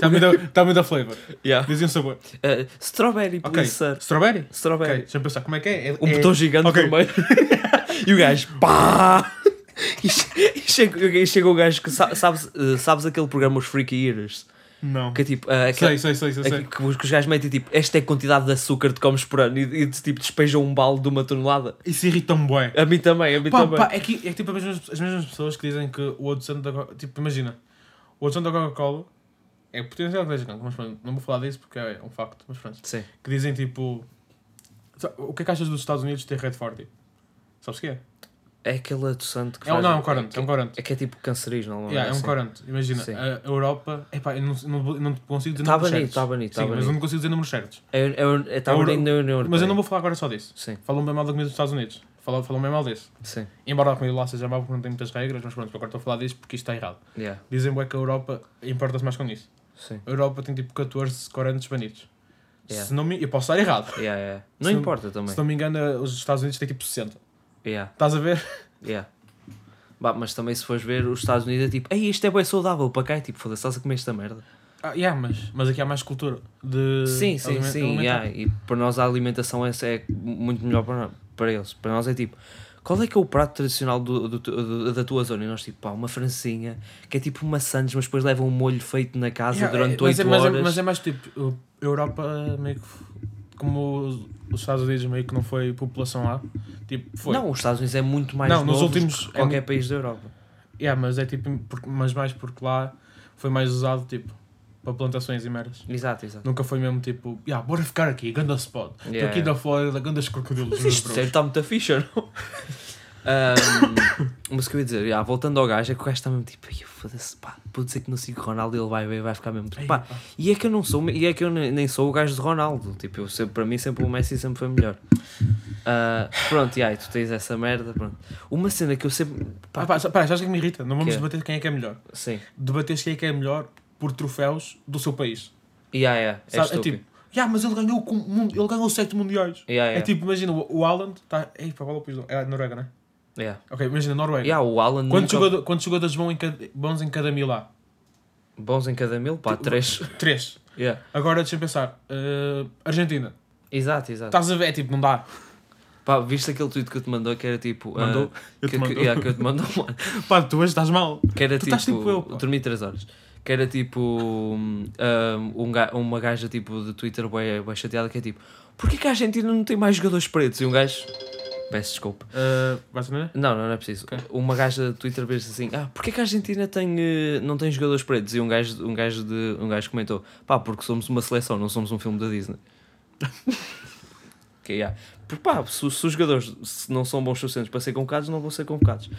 Speaker 2: Tell me the, tell me the flavor.
Speaker 1: Yeah.
Speaker 2: Dizem o sabor.
Speaker 1: Ah, strawberry,
Speaker 2: Ok.
Speaker 1: please, sir.
Speaker 2: Strawberry? Ok,
Speaker 1: Strawberry.
Speaker 2: deixa eu pensar como é que é. é
Speaker 1: Um
Speaker 2: é-
Speaker 1: botão gigante
Speaker 2: ok.
Speaker 1: no meio. e o gajo, pá! E che- e chega, e chega o gajo que sa- sabes, eh, sabes aquele programa Os Freaky Eaters?
Speaker 2: Não.
Speaker 1: Que é tipo, ah, aquele-
Speaker 2: Sei, sei, sei, sei.
Speaker 1: é
Speaker 2: sei.
Speaker 1: que, que os, que os gajos metem tipo, esta é a quantidade de açúcar que comes por ano e, e tipo, despejam um balde de uma tonelada.
Speaker 2: Isso irrita-me bué.
Speaker 1: A mim também, a mim
Speaker 2: Pá,
Speaker 1: também.
Speaker 2: pá, é que é que, tipo as mesmas, as mesmas pessoas que dizem que o adoçante da Coca- Tipo, imagina, o adoçante da Coca-Cola é potencial que cancro, mas pronto, não vou falar disso porque é um facto, mas pronto.
Speaker 1: Sim.
Speaker 2: Que dizem tipo. sa- O que é que achas dos Estados Unidos ter Red 40? Sabes o que é?
Speaker 1: É aquele adoçante que
Speaker 2: é um-
Speaker 1: faz-
Speaker 2: não, é um corante, é um corante.
Speaker 1: É que é tipo cancerígeno. não
Speaker 2: Yeah, é um
Speaker 1: assim.
Speaker 2: corante, imagina.
Speaker 1: Sim.
Speaker 2: A Europa, epá, eu não, não, vou- não te consigo dizer
Speaker 1: Tá
Speaker 2: números
Speaker 1: bonito,
Speaker 2: certos.
Speaker 1: tá bonito, tá
Speaker 2: Sim, mas
Speaker 1: bonito.
Speaker 2: eu não consigo dizer números certos.
Speaker 1: É, é, é, é, tá
Speaker 2: É um-
Speaker 1: bem na União
Speaker 2: Mas eu
Speaker 1: Europeia.
Speaker 2: não vou falar agora só disso.
Speaker 1: Sim,
Speaker 2: Falam bem mal da comida dos Estados Unidos. Falam, falam bem mal disso.
Speaker 1: sim.
Speaker 2: Embora a comida lá seja má porque não tem muitas regras, mas pronto, agora estou a falar disso porque isto está errado.
Speaker 1: Yeah,
Speaker 2: Dizem bué que a Europa importa-se mais com isso.
Speaker 1: sim.
Speaker 2: A Europa tem tipo 14 corantes banidos.
Speaker 1: Yeah.
Speaker 2: Se não me... Eu posso estar errado.
Speaker 1: Yeah, yeah. Não
Speaker 2: Se não-
Speaker 1: importa também.
Speaker 2: Se não me engano, os Estados Unidos têm tipo 60.
Speaker 1: Yeah.
Speaker 2: Estás a ver?
Speaker 1: Yeah. Bah, mas também se fores ver os Estados Unidos é tipo, ei, isto é bem saudável para cá, é tipo, foda-se, estás a comer esta merda.
Speaker 2: Ah, yeah, mas... mas aqui há mais cultura de.
Speaker 1: Sim, sim,
Speaker 2: aliment-
Speaker 1: sim,
Speaker 2: alimentar.
Speaker 1: yeah. e para nós a alimentação é, é muito melhor para, para eles. Para nós é tipo, qual é que é o prato tradicional do, do- do- da tua zona? E nós tipo, pá, uma francinha, que é tipo maçãs, mas depois levam um molho feito na casa
Speaker 2: Yeah,
Speaker 1: durante
Speaker 2: é- mas
Speaker 1: 8
Speaker 2: é, mas é-
Speaker 1: horas.
Speaker 2: mas é mais tipo. uh, A Europa meio que. f- Como os- os Estados Unidos meio que não foi população lá. Tipo, foi.
Speaker 1: Não, os Estados Unidos é muito mais
Speaker 2: Não, nos
Speaker 1: novo
Speaker 2: últimos-
Speaker 1: que qualquer
Speaker 2: é mu-
Speaker 1: país da Europa.
Speaker 2: Yeah, mas é tipo. por- Mas mais porque lá foi mais usado tipo. Para plantações e meras.
Speaker 1: Exato, exato.
Speaker 2: Nunca foi mesmo tipo, yeah, bora ficar aqui, ganda spot. Estou
Speaker 1: Yeah.
Speaker 2: aqui da Flórida, gandas crocodilos.
Speaker 1: Mas
Speaker 2: meus
Speaker 1: isto
Speaker 2: bros."
Speaker 1: sério, está Hum, tá muito fixe, não? Ahm, mas o que eu ia dizer, yeah, voltando ao gajo, é que o gajo está mesmo tipo, "Ai, foda-se, pá, vou dizer que não sigo Ronaldo e ele vai ver, vai ficar mesmo tipo, pá. E é que eu não sou, e é que eu ne- nem sou o gajo de Ronaldo, tipo, eu sempre, para mim sempre o Messi sempre foi melhor. Ah, pronto, e aí, tu tens essa merda, pronto. Uma cena que eu sempre, pá,
Speaker 2: Ah, pá, só- pá, sabes o que é que me irrita? Não vamos
Speaker 1: Que é?
Speaker 2: debater quem é que é melhor.
Speaker 1: sim,
Speaker 2: Debater quem é que é melhor por troféus do seu país.
Speaker 1: e aí, é, é
Speaker 2: Sabe? É,
Speaker 1: estúpido.
Speaker 2: tipo, yeah, mas ele ganhou, com, mun- ele ganhou 7 mundiais.
Speaker 1: Yeah, yeah,
Speaker 2: É tipo, imagina, o, o Haaland está. Ei, para qual é o país? do- É a Noruega, né?
Speaker 1: yeah.
Speaker 2: Ok, imagina, Noruega.
Speaker 1: Yeah, o Alan
Speaker 2: Quantos, jogador- quantos jogadores bons em cada, bons em cada mil lá?
Speaker 1: bons em cada mil,
Speaker 2: Tipo,
Speaker 1: pá, três.
Speaker 2: 3.
Speaker 1: Yeah.
Speaker 2: Agora deixa-me pensar. eh, Argentina.
Speaker 1: Exato, exato.
Speaker 2: Estás a ver? É tipo, não dá.
Speaker 1: Pá, viste aquele tweet que eu te mandou que era tipo. ah,
Speaker 2: Mandou?
Speaker 1: que,
Speaker 2: Eu te
Speaker 1: que-
Speaker 2: mando.
Speaker 1: yeah, que eu te mandou, mano.
Speaker 2: Pá, tu hoje estás mal.
Speaker 1: Que era
Speaker 2: Tu
Speaker 1: tipo.
Speaker 2: estás tipo eu, pá.
Speaker 1: dormi 3 horas. Que era tipo. Um, um ga- uma gaja tipo de Twitter bem, bem chateada que é tipo. Porquê que a Argentina não tem mais jogadores pretos? E um gajo. Peço desculpa.
Speaker 2: Eh, vai ser, não é?
Speaker 1: Não, não, não é preciso. Uma gaja de Twitter vê assim: Ah, porquê que a Argentina tem, eh, não tem jogadores pretos? E um gajo, um, gajo de, um gajo comentou: Pá, porque somos uma seleção, não somos um filme da Disney. que yeah. Porque pá, se, se os jogadores se não são bons o suficientes para ser convocados, não vão ser convocados.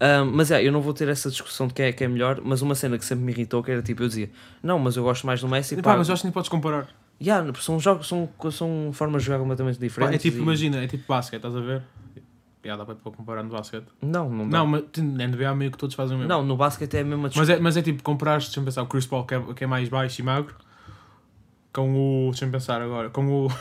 Speaker 1: Ah, mas é, eu não vou ter essa discussão de quem é que é melhor, mas uma cena que sempre me irritou que era tipo: Eu dizia, Não, mas eu gosto mais do Messi. Pá,
Speaker 2: Pá, mas eu acho que nem podes comparar.
Speaker 1: Yeah, são, jogos, são, são formas de jogar completamente
Speaker 2: Pá,
Speaker 1: diferentes.
Speaker 2: é tipo,
Speaker 1: e-
Speaker 2: imagina, é tipo basquete, estás a ver? Já dá para comparar no basquete.
Speaker 1: Não, não, dá.
Speaker 2: Não, mas tem- na NBA meio que todos fazem o mesmo.
Speaker 1: não, no basquete é a mesma discussão.
Speaker 2: Mas é, mas é tipo, comparaste, deixa-me pensar, o Chris Paul que é, que é mais baixo e magro com o, deixa-me pensar agora, com o...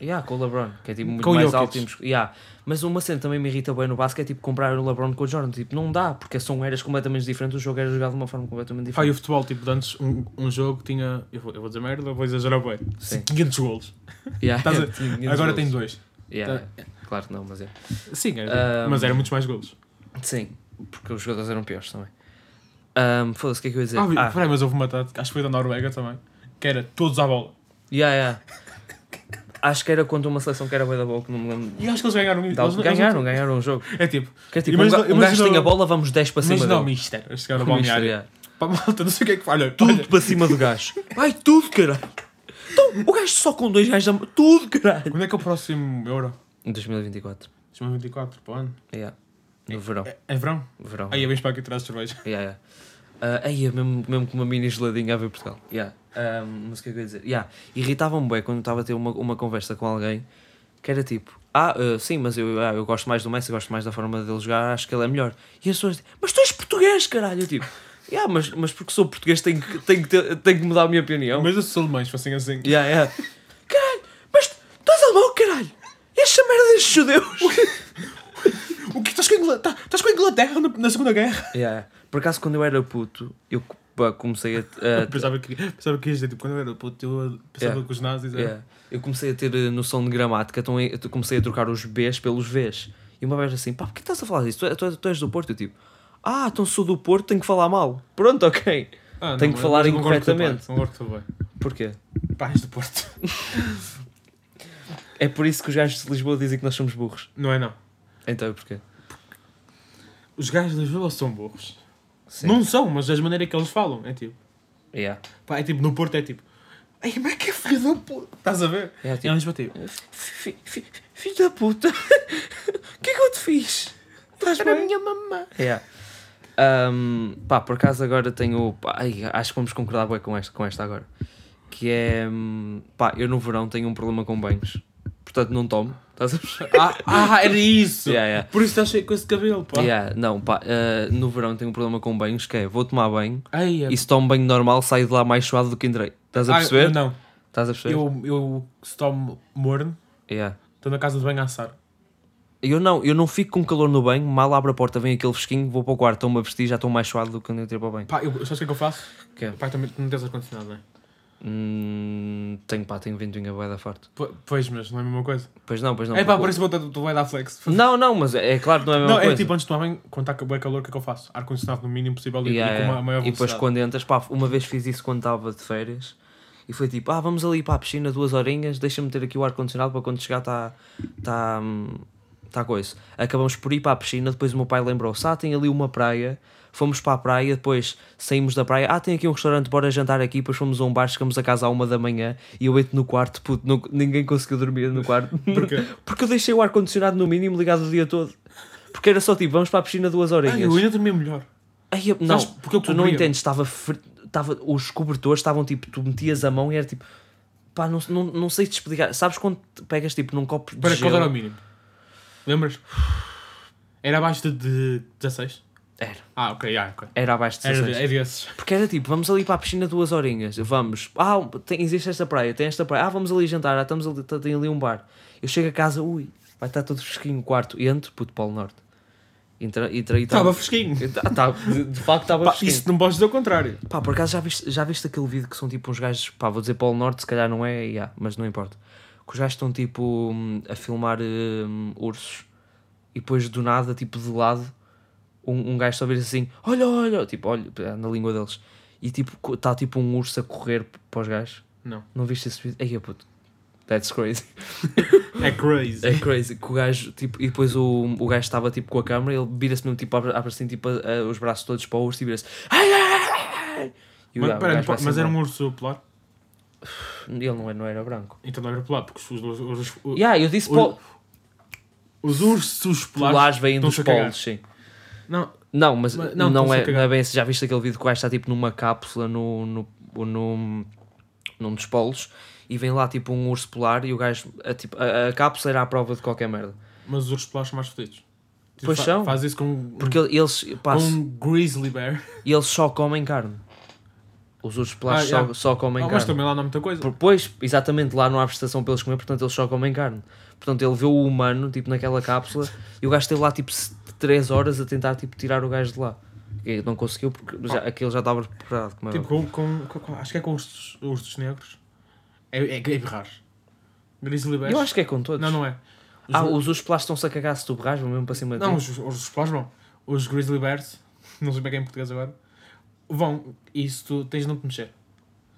Speaker 1: Yeah, com o LeBron, que é tipo muito
Speaker 2: Com o
Speaker 1: mais
Speaker 2: Jokic.
Speaker 1: alto. e muscu- Yeah. Mas uma cena que também me irrita bem no basquete é tipo comprar o LeBron com o Jordan. Tipo, não dá, porque são eras completamente diferentes. O jogo era jogado de uma forma completamente
Speaker 2: Pá, e
Speaker 1: diferente.
Speaker 2: o futebol, tipo, de antes um, um jogo tinha, eu vou, eu vou dizer merda, vou exagerar bem,
Speaker 1: Sim.
Speaker 2: 500 golos.
Speaker 1: Yeah,
Speaker 2: Estás a-
Speaker 1: tinha- tinha
Speaker 2: Agora
Speaker 1: golos.
Speaker 2: Tá. tem dois.
Speaker 1: Yeah, Claro que não, mas é.
Speaker 2: Sim, era,
Speaker 1: Ahm.
Speaker 2: mas era muitos mais golos.
Speaker 1: Sim. Porque os jogadores eram piores também. Ahm, Foda-se, o que é que eu ia dizer?
Speaker 2: Ah, vi-
Speaker 1: Ah,
Speaker 2: peraí, mas houve uma tática, acho que foi da Noruega também, que era todos à bola.
Speaker 1: yeah, yeah. Acho que era contra uma seleção que era bué da boa, que não me lembro.
Speaker 2: E acho que eles ganharam.
Speaker 1: Dá-
Speaker 2: eles- eles-
Speaker 1: ganharam, ganharam o jogo.
Speaker 2: É tipo,
Speaker 1: Que é tipo,
Speaker 2: Imagina-
Speaker 1: um, ga- um gajo
Speaker 2: imagina-
Speaker 1: tem a bola, vamos 10 para cima
Speaker 2: mas não,
Speaker 1: dele.
Speaker 2: mister, eles chegaram
Speaker 1: Um
Speaker 2: ao
Speaker 1: mister,
Speaker 2: balneário.
Speaker 1: yeah.
Speaker 2: Pá, malta, não sei o que é que. Olha,
Speaker 1: Tudo
Speaker 2: olha,
Speaker 1: para cima do gajo. Ai, tudo, caralho. Então, o gajo só com dois gajos. a- Tudo, caralho.
Speaker 2: quando é que é o próximo Euro?
Speaker 1: Em 2024.
Speaker 2: 2024, para o ano.
Speaker 1: Yeah. No verão.
Speaker 2: É, é verão?
Speaker 1: Verão.
Speaker 2: Aí é. eu vejo para aqui atrás de cerveja.
Speaker 1: Yeah, yeah. Ah, aí é mesmo, mesmo com uma mini geladinha a ver Portugal. Yeah. Ah, mas o que é que eu ia dizer? Yeah. Irritava-me bem quando estava a ter uma, uma conversa com alguém que era tipo: Ah, ah, sim, mas eu, ah, eu gosto mais do Messi, gosto mais da forma dele jogar, acho que ele é melhor. E as pessoas dizem: Mas tu és português, caralho! Eu tipo: yeah, mas, mas porque sou português tenho que, tenho, que ter- tenho que mudar a minha opinião.
Speaker 2: Mas eu sou alemães, fossem assim.
Speaker 1: Yeah, yeah. Caralho, mas tu és alemão, caralho! E esta merda destes judeus!
Speaker 2: O que? Estás com a Inglaterra, tá- estás com a Inglaterra na, na Segunda Guerra?
Speaker 1: yeah. Por acaso, quando eu era puto, eu pá, comecei a- a
Speaker 2: Pensava que, pensava que ias dizer, tipo, quando eu era puto, eu pensava
Speaker 1: Yeah.
Speaker 2: que os nazis eram.
Speaker 1: Yeah. Eu comecei a ter eh, noção de gramática, então eu eu comecei a trocar os Bs pelos Vs. E uma vez assim, pá, porquê estás a falar disso? Tu, é- tu é- tu és do Porto? Eu tipo, ah, então sou do Porto, tenho que falar mal. Pronto, ok.
Speaker 2: Ah, não,
Speaker 1: tenho que
Speaker 2: mas-
Speaker 1: falar
Speaker 2: mas eu concordo com o teu pai,
Speaker 1: incorretamente.
Speaker 2: Concordo que bem.
Speaker 1: Porquê?
Speaker 2: Pá, és do Porto.
Speaker 1: É por isso que os gajos de Lisboa dizem que nós somos burros.
Speaker 2: Não é, não.
Speaker 1: Então é porquê?
Speaker 2: Os gajos de Lisboa são burros.
Speaker 1: Sim.
Speaker 2: Não são, mas as maneiras que eles falam. É tipo.
Speaker 1: Yeah.
Speaker 2: Pá, é tipo, no Porto é tipo. Ai, mas que é filho da puta. Estás a ver?
Speaker 1: É, tipo-
Speaker 2: Em Lisboa, tipo.
Speaker 1: Fi- fi- Filho da puta! O que é que eu te fiz? Estás
Speaker 2: Era
Speaker 1: bem?
Speaker 2: a minha mamã.
Speaker 1: Yeah. Um, É. pá, por acaso agora tenho. pá, ai, acho que vamos concordar bem com esta, com esta agora. Que é. hum, Pá, eu no verão tenho um problema com banhos. Portanto, não tomo. Estás a perceber?
Speaker 2: Ah, ah, era isso.
Speaker 1: Yeah, yeah.
Speaker 2: Por isso estás cheio com esse cabelo, pá.
Speaker 1: Yeah, não, pá, uh, no verão tenho um problema com banhos que é vou tomar banho
Speaker 2: Ai, é-
Speaker 1: e se tomo banho normal saio de lá mais suado do que entrei. Estás a
Speaker 2: Ah,
Speaker 1: perceber?
Speaker 2: eu não.
Speaker 1: Estás a perceber?
Speaker 2: Eu, eu se tomo morno,
Speaker 1: Yeah.
Speaker 2: estou na casa de banho a assar.
Speaker 1: Eu não, eu não fico com calor no banho, mal abro a porta, vem aquele fresquinho, vou para o quarto, tomo a vestir, já estou mais suado do que quando entrei para o banho.
Speaker 2: Pá, eu, sabes o que é que eu faço?
Speaker 1: Que é?
Speaker 2: Pá, também tu não tens ar-condicionado, não é?
Speaker 1: Hum, tenho pá, tenho ventoinha bué da forte.
Speaker 2: Po- Pois, mas não é a mesma coisa.
Speaker 1: Pois não, pois não.
Speaker 2: é pá,
Speaker 1: porque-
Speaker 2: por isso vou tu vai dar flex.
Speaker 1: Não, não, mas é, é claro que não é a mesma
Speaker 2: Não, é
Speaker 1: coisa.
Speaker 2: tipo, antes de tomar banho, quando está com o calor, o que é que eu faço? Ar-condicionado no mínimo possível e-
Speaker 1: Yeah,
Speaker 2: e com
Speaker 1: yeah.
Speaker 2: uma maior
Speaker 1: e depois
Speaker 2: velocidade.
Speaker 1: quando entras, pá, uma vez fiz isso quando estava de férias e foi tipo, ah, vamos ali para a piscina duas horinhas, deixa-me ter aqui o ar-condicionado para quando chegar está tá, hum, tá coisa. Acabamos por ir para a piscina, depois o meu pai lembrou-se, ah, tem ali uma praia, fomos para a praia, depois saímos da praia, ah, tem aqui um restaurante, bora jantar aqui, depois fomos a um bar, chegamos a casa à uma da manhã e eu entro no quarto, puto, não- ninguém conseguiu dormir no quarto.
Speaker 2: Porquê?
Speaker 1: Porque eu deixei o ar-condicionado no mínimo ligado o dia todo. Porque era só tipo, vamos para a piscina duas horinhas.
Speaker 2: Ah, eu ainda dormi melhor.
Speaker 1: Ai, eu- não,
Speaker 2: Sabes porque eu
Speaker 1: tu não
Speaker 2: cobria?
Speaker 1: entendes, estava, fr- estava os cobertores estavam tipo, tu metias a mão e era tipo, pá, não, não, não sei te explicar. Sabes quando te pegas tipo num copo de
Speaker 2: Para
Speaker 1: gelo?
Speaker 2: qual era o mínimo? Lembras? Era abaixo de, de 16?
Speaker 1: Era,
Speaker 2: Ah, ok, ah, ok.
Speaker 1: era abaixo de
Speaker 2: Era
Speaker 1: 16.
Speaker 2: de, é desses.
Speaker 1: Porque era tipo, vamos ali para a piscina duas horinhas, vamos. Ah, tem- existe esta praia, tem esta praia. Ah, vamos ali jantar, ah, estamos ali, tem ali um bar. Eu chego a casa, ui, vai estar todo fresquinho o quarto. Entro, puto, Polo Norte. Entra, entra e
Speaker 2: Estava fresquinho.
Speaker 1: Tá- tá- de, de facto estava
Speaker 2: Pá,
Speaker 1: fresquinho.
Speaker 2: isso não podes dizer o contrário.
Speaker 1: Pá, por acaso já viste, já viste aquele vídeo que são tipo uns gajos, pá, vou dizer Polo Norte, se calhar não é, yeah, mas não importa. Que os gajos estão tipo hum, a filmar hum, ursos e depois do nada, tipo de lado, um, um gajo só vira assim, olha, olha, tipo, olha, na língua deles. E tipo, está tipo um urso a correr p- para os gajos.
Speaker 2: Não.
Speaker 1: Não viste esse vídeo? Ei, puto. That's crazy.
Speaker 2: É crazy.
Speaker 1: É crazy. Que o gajo, tipo, e depois o, o gajo estava tipo com a câmera, ele vira-se mesmo, tipo, abre, abre assim, tipo, a- a- os braços todos para o urso e vira-se. Ai, ai, ai, ai. E o
Speaker 2: Mas,
Speaker 1: gajo- o
Speaker 2: pera,
Speaker 1: gajo vai
Speaker 2: mas
Speaker 1: assim,
Speaker 2: era
Speaker 1: "Não."
Speaker 2: um urso polar?
Speaker 1: Ele não, é- não era branco.
Speaker 2: Então não era polar, porque os, os, os, os-
Speaker 1: Yeah, eu disse
Speaker 2: o-
Speaker 1: pol
Speaker 2: os ursos polares,
Speaker 1: polares vêm dos
Speaker 2: estão-se a cagar.
Speaker 1: polos, sim.
Speaker 2: Não,
Speaker 1: Não, mas,
Speaker 2: Mas-
Speaker 1: não,
Speaker 2: não, estão-se a
Speaker 1: é, não
Speaker 2: cagar.
Speaker 1: é bem esse. Já viste aquele vídeo que o gajo está tipo numa cápsula no, no, no, num dos polos e vem lá tipo um urso polar e o gajo, a, tipo, a, a cápsula era à prova de qualquer merda.
Speaker 2: mas os ursos polares são mais fodidos. Tipo,
Speaker 1: Pois são.
Speaker 2: Faz isso com um,
Speaker 1: Porque ele- eles, pá,
Speaker 2: um grizzly bear.
Speaker 1: e eles só comem carne. Os ursos polares
Speaker 2: Ah,
Speaker 1: só,
Speaker 2: yeah.
Speaker 1: só comem
Speaker 2: Ah, mas
Speaker 1: carne.
Speaker 2: também lá não há muita coisa.
Speaker 1: Por- Pois, exatamente, lá não há prestação para eles comer, portanto eles só comem carne. Portanto, ele viu o humano, tipo, naquela cápsula, e o gajo esteve lá, tipo, 3 horas a tentar, tipo, tirar o gajo de lá. E não conseguiu, porque já, aquilo já estava preparado. Como é
Speaker 2: Ah. Tipo,
Speaker 1: óbvio.
Speaker 2: com, com, com- com- acho que é com os ursos negros. É, é, é berrar. Grizzly bears.
Speaker 1: Eu acho que é com todos.
Speaker 2: Não, não é. Os
Speaker 1: ah,
Speaker 2: ur-
Speaker 1: os ursos plásticos estão-se a cagar se tu berras, vão mesmo para cima de
Speaker 2: Não,
Speaker 1: ti.
Speaker 2: os, os ursos polares não. os Grizzly Bears, não sei bem quem é em português agora, vão, isso tu tens de não te mexer.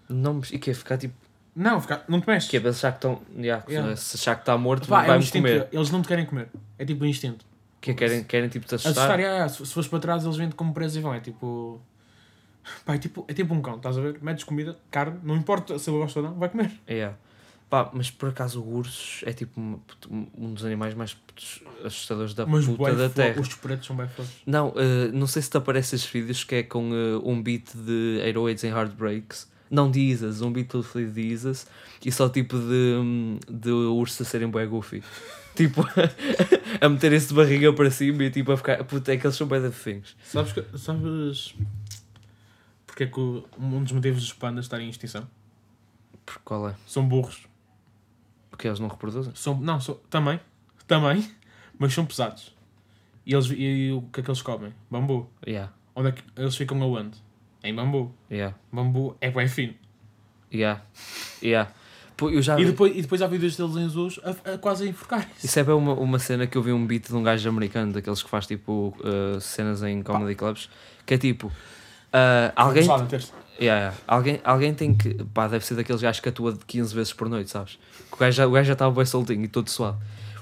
Speaker 1: Não, mas- e que é ficar tipo.
Speaker 2: Não, fica, não te mexes.
Speaker 1: Que é, eles já que estão. já, que
Speaker 2: Yeah.
Speaker 1: Se achar que está morto,
Speaker 2: Pá, é um
Speaker 1: vai-me
Speaker 2: instinto,
Speaker 1: comer.
Speaker 2: eles não te querem comer. É tipo um instinto.
Speaker 1: Que é, querem, querem tipo te assustar.
Speaker 2: Assustar, yeah, yeah. Se, se fores para trás, eles vêm-te como preso e vão. É tipo. Pá, é tipo, é tipo um cão, estás a ver? Metes comida, carne, não importa se ele gosta ou não, vai comer.
Speaker 1: Yeah. Pá, mas por acaso o urso é tipo um, um dos animais mais assustadores da
Speaker 2: Mas
Speaker 1: puta
Speaker 2: bué
Speaker 1: da
Speaker 2: fo-
Speaker 1: terra.
Speaker 2: os pretos são bem fortes.
Speaker 1: Não, eh, não sei se te aparecem esses vídeos que é com eh, um beat de Heroids em Heartbreaks. Não de Isas, um beat todo feliz de Isas e só tipo de, hum, de urso a serem bué goofy. tipo, a meterem-se de barriga para cima e tipo a ficar. Puta, é que eles são bué de fofinhos.
Speaker 2: Sabes, que- sabes porque é que o- um dos motivos dos pandas estarem em extinção?
Speaker 1: Porque qual é?
Speaker 2: São burros.
Speaker 1: Porque eles não reproduzem.
Speaker 2: São, não, são, também, também, mas são pesados. E, eles, e o que é que eles comem? Bambu.
Speaker 1: Yeah,
Speaker 2: Onde é que eles ficam aonde? Em bambu.
Speaker 1: yeah,
Speaker 2: Bambu é bem fino.
Speaker 1: yeah, yeah. Pô, eu já
Speaker 2: E
Speaker 1: vi-
Speaker 2: depois, e depois há vídeos deles em zoos a, a quase a enforcar.
Speaker 1: Isso é bem uma, uma cena que eu vi um beat de um gajo americano, daqueles que faz tipo uh, cenas em comedy clubs, que é tipo. uh, alguém,
Speaker 2: Sabem, teste.
Speaker 1: Yeah, yeah. alguém alguém tem que. Pá, deve ser daqueles gajos que atua de 15 vezes por noite, sabes? Que O gajo, já- o gajo já estava bem soltinho e todo suado.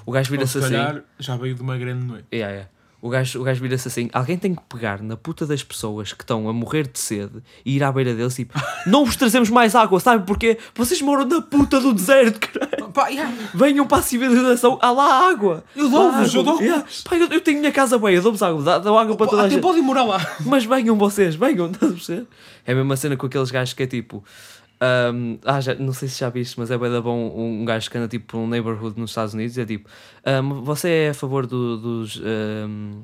Speaker 1: O gajo
Speaker 2: Ou
Speaker 1: vira-se
Speaker 2: se
Speaker 1: assim.
Speaker 2: calhar já veio de uma grande noite.
Speaker 1: Yeah, yeah. O gajo, o gajo vira-se assim. Alguém tem que pegar na puta das pessoas que estão a morrer de sede e ir à beira deles e tipo, não vos trazemos mais água, sabe porquê? Vocês moram na puta do deserto, caralho.
Speaker 2: Pá, yeah.
Speaker 1: Venham para a civilização, há lá água.
Speaker 2: Eu dou-vos, eu dou-vos.
Speaker 1: Yeah. Pá, eu, eu tenho minha casa bem, eu dou-vos água, dou, dou água para toda a
Speaker 2: até
Speaker 1: gente.
Speaker 2: podem morar lá.
Speaker 1: Mas venham vocês, venham, estás a perceber? É a mesma cena com aqueles gajos que é tipo. ahm, ah, já, não sei se já viste, mas é bem da bom um, um gajo que anda tipo por um neighborhood nos Estados Unidos e é tipo: ahm, Você é a favor do- dos. ahm,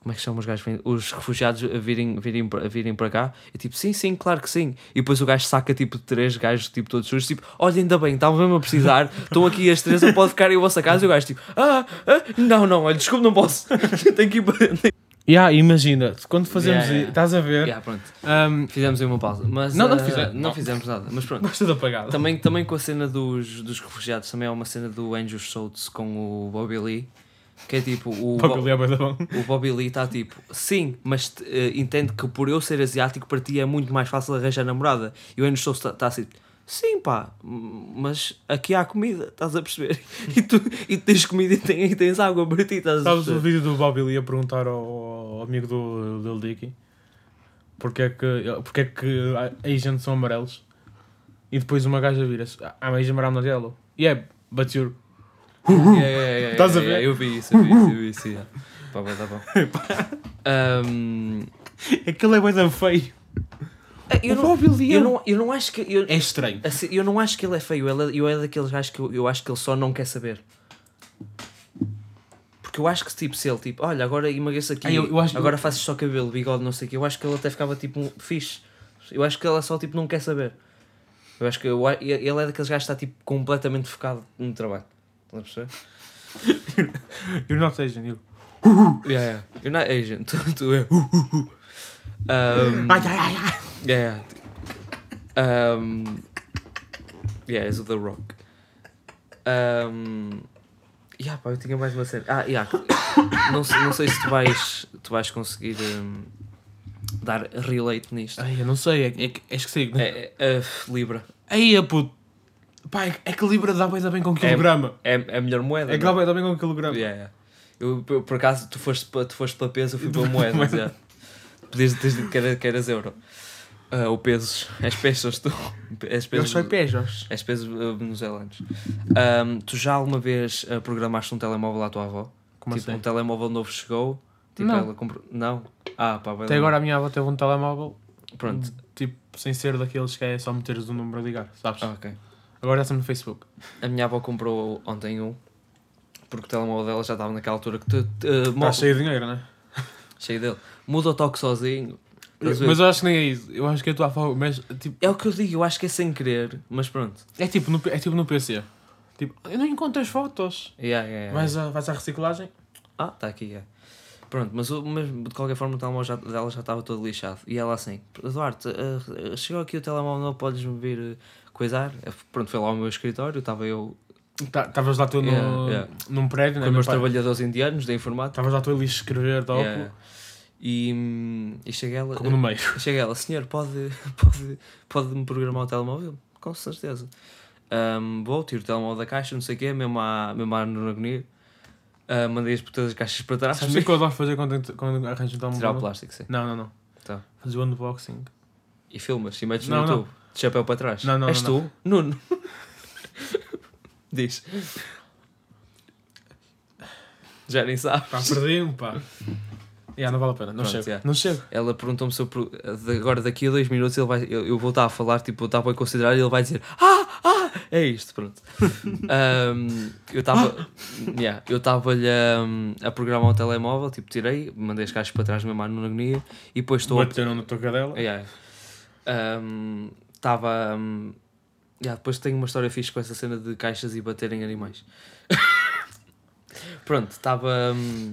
Speaker 1: como é que chamam os gajos? que vêm- Os refugiados a virem, virem, pra- a virem para cá? E tipo, sim, sim, claro que sim. E depois o gajo saca tipo três gajos, tipo todos sujos, tipo, olha, ainda bem, estavam mesmo a precisar, estão aqui as três, eu posso ficar em vossa casa. E o gajo tipo, ah, ah, não, não, olha, desculpe, não posso, tenho que ir para dentro.
Speaker 2: Yeah, imagina, quando fazemos.
Speaker 1: Yeah, yeah.
Speaker 2: Estás a ver?
Speaker 1: Yeah, pronto.
Speaker 2: Um,
Speaker 1: Fizemos aí uma pausa, mas
Speaker 2: Não, não
Speaker 1: eh,
Speaker 2: fizemos,
Speaker 1: não
Speaker 2: não.
Speaker 1: fizemos nada, mas pronto.
Speaker 2: basta de apagado.
Speaker 1: Também, também com a cena dos, dos refugiados, também há uma cena do Andrew Schultz com o Bobby Lee, que é tipo, o,
Speaker 2: Pá,
Speaker 1: Bo-
Speaker 2: que ali é bué da bom.
Speaker 1: o Bobby Lee está tipo, sim, mas eh, entende que por eu ser asiático para ti é muito mais fácil arranjar namorada. E o Andrew Schultz está tá assim, sim pá, m- mas aqui há comida, estás a perceber? E tu, e tu tens comida e tens, e tens água para ti, estás a
Speaker 2: Sabes o
Speaker 1: perceber?
Speaker 2: vídeo do Bobby Lee a perguntar ao, ao amigo do Lil Dicky porque é que, porque é que Asians são amarelos e depois uma gaja vira-se: I'm Asian but I'm not yellow. Yeah, é, but you're.
Speaker 1: Yeah, yeah, yeah, yeah,
Speaker 2: Hum. Estás a
Speaker 1: yeah,
Speaker 2: ver?
Speaker 1: é, Eu vi isso, eu vi isso, eu vi isso. yeah. Pá, vai, tá bom. Ahm,
Speaker 2: Aquele é coisa feio.
Speaker 1: Ah, eu,
Speaker 2: o
Speaker 1: não,
Speaker 2: Bobby Lee um-
Speaker 1: eu, não, eu não acho que. Eu,
Speaker 2: é estranho.
Speaker 1: assim, eu não acho que ele é feio. Ele é, eu é daqueles gajos que eu, eu acho que ele só não quer saber. Porque eu acho que tipo, se ele tipo, olha, agora emagreça aqui,
Speaker 2: Ah, eu- eu acho-
Speaker 1: agora fazes só cabelo, bigode, não sei o quê, eu acho que ele até ficava tipo um, fixe. Eu acho que ele só tipo não quer saber. Eu acho que eu a- ele é daqueles gajos que está tipo completamente focado no trabalho. Estás a perceber?
Speaker 2: You're not Asian, you're.
Speaker 1: Yeah, yeah. You're not Asian. tu, tu é. Uh, uh, uh. Um,
Speaker 2: Ai, ai, ai, ai.
Speaker 1: yeah, yeah. Um, yeah, és o The Rock. Um, yeah, pá, eu tinha mais uma série. Ah, yeah. não, sei- não sei se tu vais, tu vais conseguir um, dar relate nisto.
Speaker 2: Ai, eu não sei, é, é, que- é esquecido. É.
Speaker 1: É, é, uh, Libra.
Speaker 2: Aí a puto. Pá, é, que- é que Libra dá bem, dá bem com quilograma.
Speaker 1: É, é a melhor moeda.
Speaker 2: É, que
Speaker 1: não
Speaker 2: dá bem, dá bem com quilograma.
Speaker 1: Yeah, yeah. Eu, por por acaso, tu foste, pa- tu foste para peso, eu fui para moedas. yeah. Podias ter dito que era- que eras euro. Ah, ou pesos. És pesos, tu. És
Speaker 2: Eu
Speaker 1: pesos,
Speaker 2: sou pejos.
Speaker 1: és pesos ah, venezuelanos. Ahm, tu já alguma vez ah, programaste um telemóvel à tua avó?
Speaker 2: Como
Speaker 1: tipo, um
Speaker 2: assim?
Speaker 1: telemóvel novo chegou? Tipo,
Speaker 2: Não.
Speaker 1: ela comprou. Não? Ah, pá, vai
Speaker 2: Até
Speaker 1: lá.
Speaker 2: agora a minha avó teve um telemóvel
Speaker 1: Pronto.
Speaker 2: Tipo, sem ser daqueles que é só meteres um número a ligar, sabes?
Speaker 1: Ah, Tá ok.
Speaker 2: Agora está no Facebook.
Speaker 1: A minha avó comprou ontem um. Porque o telemóvel dela já estava naquela altura que tu. ah, mo-
Speaker 2: Está cheio de dinheiro, não é?
Speaker 1: cheio dele. Muda o toque sozinho. Estás a ver?
Speaker 2: Mas eu acho que nem é isso. Eu acho que é a tua avó, mas tipo,
Speaker 1: É o que eu digo, eu acho que é sem querer, mas pronto.
Speaker 2: é tipo no, é tipo no PC. Tipo, eu não encontro as fotos.
Speaker 1: Yeah, yeah, yeah.
Speaker 2: Vais, a, vais à reciclagem?
Speaker 1: Ah, está aqui, é. Pronto, mas, o- mas de qualquer forma o telemóvel já, dela já estava todo lixado. E ela assim, Duarte, É, eh, eh, chegou aqui o telemóvel, não podes-me vir eh, coisar? Eh, Pronto, foi lá ao meu escritório, estava eu
Speaker 2: Tá, Estavas lá tu no,
Speaker 1: Yeah, yeah.
Speaker 2: num
Speaker 1: Com
Speaker 2: prédio,
Speaker 1: os
Speaker 2: né? meu
Speaker 1: meus
Speaker 2: pai?
Speaker 1: trabalhadores indianos da informática.
Speaker 2: Estavas lá tu ali a escrever, topo,
Speaker 1: Yeah. E, hum, e chega ela.
Speaker 2: como no meio.
Speaker 1: Chega ela, senhor, pode, pode, pode me programar o telemóvel? Com certeza. Ahm, vou, tiro o telemóvel da caixa, não sei o quê, mesmo à, mesmo à agonia. mandei as todas as caixas para trás.
Speaker 2: Sabes o que eu adoro fazer quando, quando arranjo um
Speaker 1: Tirar o
Speaker 2: telemóvel?
Speaker 1: plástico, sim.
Speaker 2: Não, não, não.
Speaker 1: Tá.
Speaker 2: Fazer o unboxing.
Speaker 1: E filmas, e metes
Speaker 2: Não,
Speaker 1: no
Speaker 2: não.
Speaker 1: YouTube. De chapéu para trás.
Speaker 2: Não, não,
Speaker 1: És
Speaker 2: não,
Speaker 1: tu? Nuno. Diz. Já nem sabe.
Speaker 2: Pá, perdi-me, pá. yeah, não vale a pena, não
Speaker 1: Pronto,
Speaker 2: chego.
Speaker 1: yeah.
Speaker 2: Não chego.
Speaker 1: Ela perguntou-me se eu. pro- de- Agora daqui a dois minutos ele vai, eu, eu vou estar a falar, tipo, eu estava a considerar e ele vai dizer Ah, ah, é isto, pronto. Ahm, eu estava. yeah, eu estava-lhe ahm, a programar o telemóvel, tipo, tirei, mandei as caixas para trás, mesmo à nona agonia e depois estou. a-
Speaker 2: Bateram na tua cadela.
Speaker 1: Yeah. Ahm, Estava. ahm, yeah, depois tenho uma história fixe com essa cena de caixas e baterem animais. Pronto, estava. ahm,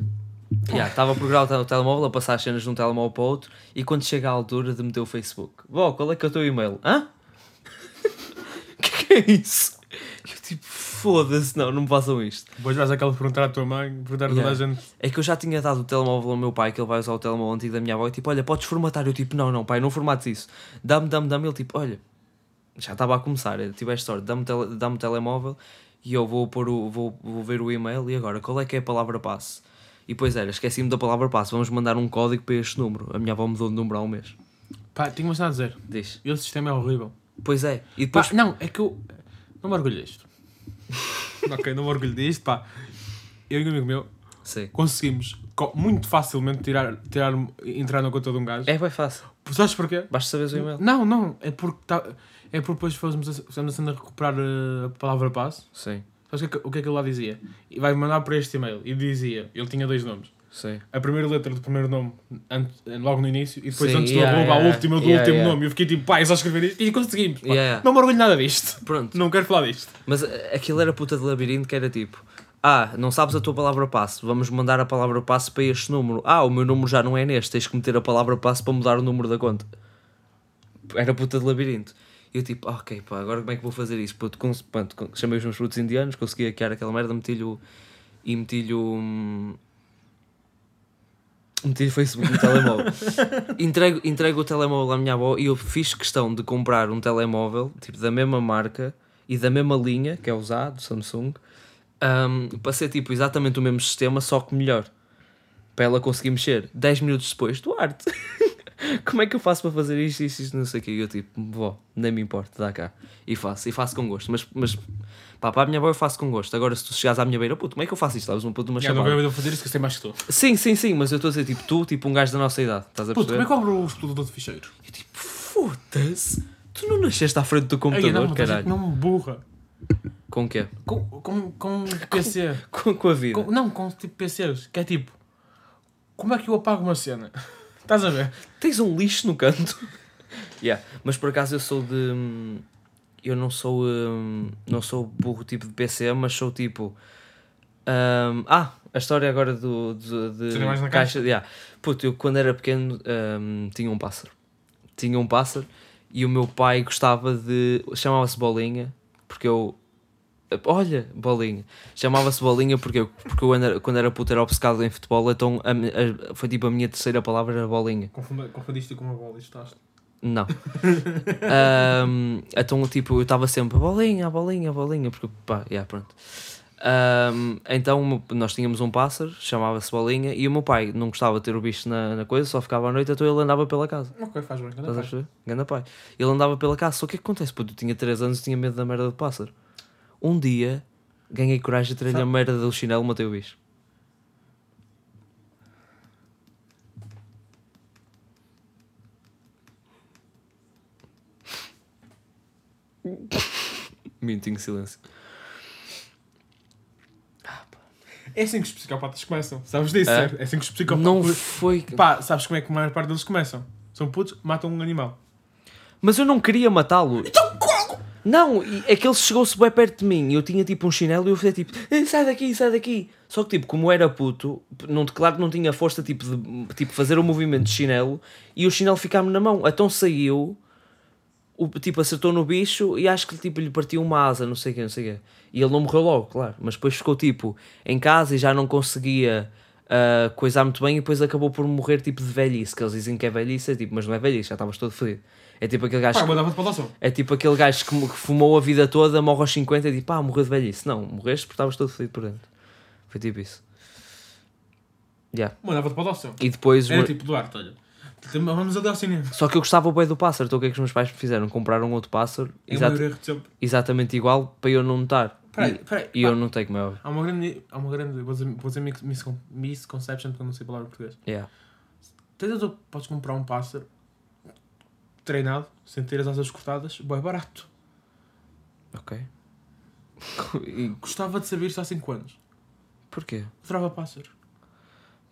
Speaker 1: yeah, Estava a programar o tel- o telemóvel, a passar as cenas de um telemóvel para o outro e quando chega a altura de meter o Facebook, Bom, qual é que é o teu e-mail? Hã? O que é isso? Eu tipo, foda-se, não, não me façam isto.
Speaker 2: Depois vais àquela perguntar à tua mãe, perguntar a toda
Speaker 1: Yeah.
Speaker 2: a gente.
Speaker 1: É que eu já tinha dado o telemóvel ao meu pai, que ele vai usar o telemóvel antigo da minha avó, e tipo, olha, podes formatar. Eu tipo, não, não, pai, não formates isso. Dá-me, dá-me, dá-me. Ele tipo, olha, já estava a começar, eu tiveste sorte, dá-me tele, dá o telemóvel e eu vou, pôr o, vou, vou ver o e-mail e agora, qual é que é a palavra passe? E pois era, esqueci-me da palavra passe, vamos mandar um código para este número. A minha avó mudou de número há um mês.
Speaker 2: Pá, tenho uma cena a dizer.
Speaker 1: Diz,
Speaker 2: Esse sistema é horrível.
Speaker 1: pois é, e
Speaker 2: Pá,
Speaker 1: depois,
Speaker 2: não, é que eu. Não me orgulho disto. ok, não me orgulho disto, pá. Eu e um amigo meu
Speaker 1: sei.
Speaker 2: conseguimos co- muito facilmente tirar, tirar, entrar na conta de um gajo.
Speaker 1: É bem fácil,
Speaker 2: Sabes porquê?
Speaker 1: basta saberes o e-mail.
Speaker 2: Não, não, é porque, tá, é porque depois fomos a, fomos a cena de recuperar eh, a palavra passe.
Speaker 1: Sim,
Speaker 2: Sabes o que, é que- o que é que ele lá dizia? E vai mandar para este e-mail. E dizia, ele tinha dois nomes.
Speaker 1: sei.
Speaker 2: A primeira letra do primeiro nome ante- logo no início e depois
Speaker 1: Sim,
Speaker 2: antes
Speaker 1: yeah,
Speaker 2: do arroba
Speaker 1: yeah,
Speaker 2: a última do
Speaker 1: yeah,
Speaker 2: último
Speaker 1: yeah.
Speaker 2: nome. E eu fiquei tipo, pá, é só escrever isto e conseguimos. pá.
Speaker 1: Yeah.
Speaker 2: Não me orgulho nada disto.
Speaker 1: Pronto.
Speaker 2: Não quero falar disto.
Speaker 1: Mas eh, aquilo era puta de labirinto que era tipo: Ah, não sabes a tua palavra passe, vamos mandar a palavra passe para este número. Ah, o meu número já não é neste, tens que meter a palavra passe para mudar o número da conta. Era puta de labirinto. E eu tipo, "Ah, ok, pá, agora como é que vou fazer isso? Puto, cons- pronto, con- chamei os meus frutos indianos, consegui hackear aquela merda, meti-lhe o. e meti-lhe o. hum, Meti o Facebook no telemóvel. entrego, entrego o telemóvel à minha avó e eu fiz questão de comprar um telemóvel, tipo, da mesma marca e da mesma linha, que é usado, Samsung, ahm, para ser, tipo, exatamente o mesmo sistema, só que melhor. Para ela conseguir mexer. 10 minutos depois, Duarte, como é que eu faço para fazer isto, isto, isto, não sei o quê? E eu, tipo, vó, nem me importa, dá cá. E faço, e faço com gosto. Mas, mas pá, para a minha avó eu faço com gosto. Agora, se tu chegares à minha beira, puto, como é que eu faço isto? Estavas um puto de uma
Speaker 2: Já não
Speaker 1: chamada.
Speaker 2: vou eu fazer isso que eu sei mais que tu.
Speaker 1: Sim, sim, sim, mas eu estou a dizer, tipo, tu, tipo, um gajo da nossa idade, estás a
Speaker 2: Puto, como
Speaker 1: perceber?
Speaker 2: é que abro o explorador de ficheiro?
Speaker 1: Eu tipo, foda-se, tu não nasceste à frente do computador,
Speaker 2: Ei, é, não, mas
Speaker 1: caralho.
Speaker 2: não me burra.
Speaker 1: Com o quê?
Speaker 2: Com, com, com PC.
Speaker 1: Com, com a vida.
Speaker 2: Com- não, com tipo PCs. Que é tipo, como é que eu apago uma cena? Estás a ver?
Speaker 1: Tens um lixo no canto. yeah. Mas por acaso eu sou de. hum, Eu não sou. hum, Não sou burro tipo de PC, mas sou tipo. hum, ah, a história agora do. do- de,
Speaker 2: Tinha mais na
Speaker 1: yeah. Puto, eu quando era pequeno hum, tinha um pássaro. Tinha um pássaro e o meu pai gostava de. Chamava-se Bolinha, porque eu. Olha, bolinha. Chamava-se bolinha porque eu, porque eu quando era- quando era puto era obcecado em futebol, então a mi- a- foi tipo a minha terceira palavra era bolinha.
Speaker 2: Confundiste com uma bola e estás.
Speaker 1: Não. Ahm, então, tipo, eu estava sempre bolinha, bolinha, bolinha, porque pá, yeah, pronto. Ahm, então, o meu- nós tínhamos um pássaro, chamava-se Bolinha, e o meu pai não gostava de ter o bicho na, na coisa, só ficava à noite, então ele andava pela casa.
Speaker 2: Ok, faz bem.
Speaker 1: Estás a perceber? Ganda pai. Ele andava pela casa, só o que é que acontece? Puto, eu tinha 3 anos e tinha medo da merda do pássaro. Um dia, ganhei coragem, tirei-lhe a merda do chinelo e matei o bicho. Minutinho de silêncio.
Speaker 2: É assim que os psicopatas começam. Sabes disso,
Speaker 1: É?
Speaker 2: certo? É assim que os psicopatas...
Speaker 1: Não foi.
Speaker 2: Pá, sabes como é que a maior parte deles começam? São putos, matam um animal.
Speaker 1: Mas eu não queria matá-lo. Não, e é que ele chegou-se bem perto de mim. Eu tinha tipo um chinelo e eu fazia tipo, "Eh, sai daqui, sai daqui. Só que tipo, como era puto, não, claro que não tinha força tipo de tipo, fazer o movimento de chinelo e o chinelo ficava-me na mão. Então saiu o, tipo, acertou no bicho e acho que tipo, lhe partiu uma asa, não sei o quê, não sei o quê. E ele não morreu logo, claro. Mas depois ficou tipo em casa e já não conseguia ah, coisar muito bem e depois acabou por morrer tipo de velhice, que eles dizem que é velhice, é, tipo, mas não é velhice, já estavas todo fodido. É tipo aquele gajo.
Speaker 2: Pá,
Speaker 1: que-
Speaker 2: mandava-te para o doção.
Speaker 1: é tipo aquele gajo que, que fumou a vida toda, morre aos 50 e tipo, pá, morreu de velhice. Não, morreste porque estavas todo fodido por dentro. Foi tipo isso. Yeah.
Speaker 2: Mandava-te para o doção.
Speaker 1: E depois.
Speaker 2: Era tipo Duarte, olha. Vamos ali ao cinema.
Speaker 1: Só que eu gostava bem do pássaro, então o que é que os meus pais me fizeram? Compraram outro pássaro
Speaker 2: É o
Speaker 1: exata-
Speaker 2: maior erro de sempre. Exatamente.
Speaker 1: exatamente igual para eu não notar.
Speaker 2: Peraí,
Speaker 1: E-
Speaker 2: peraí.
Speaker 1: E eu não tenho como é óbvio.
Speaker 2: Há uma grande, há uma grande vou dizer, vou dizer mis- miscon- misconception porque eu não sei a palavra em português.
Speaker 1: Yeah.
Speaker 2: Tens tu podes comprar um pássaro treinado, sem ter as asas cortadas, bem barato.
Speaker 1: Ok. E
Speaker 2: Gostava de saber isto há 5 anos.
Speaker 1: porquê?
Speaker 2: Adorava pássaro.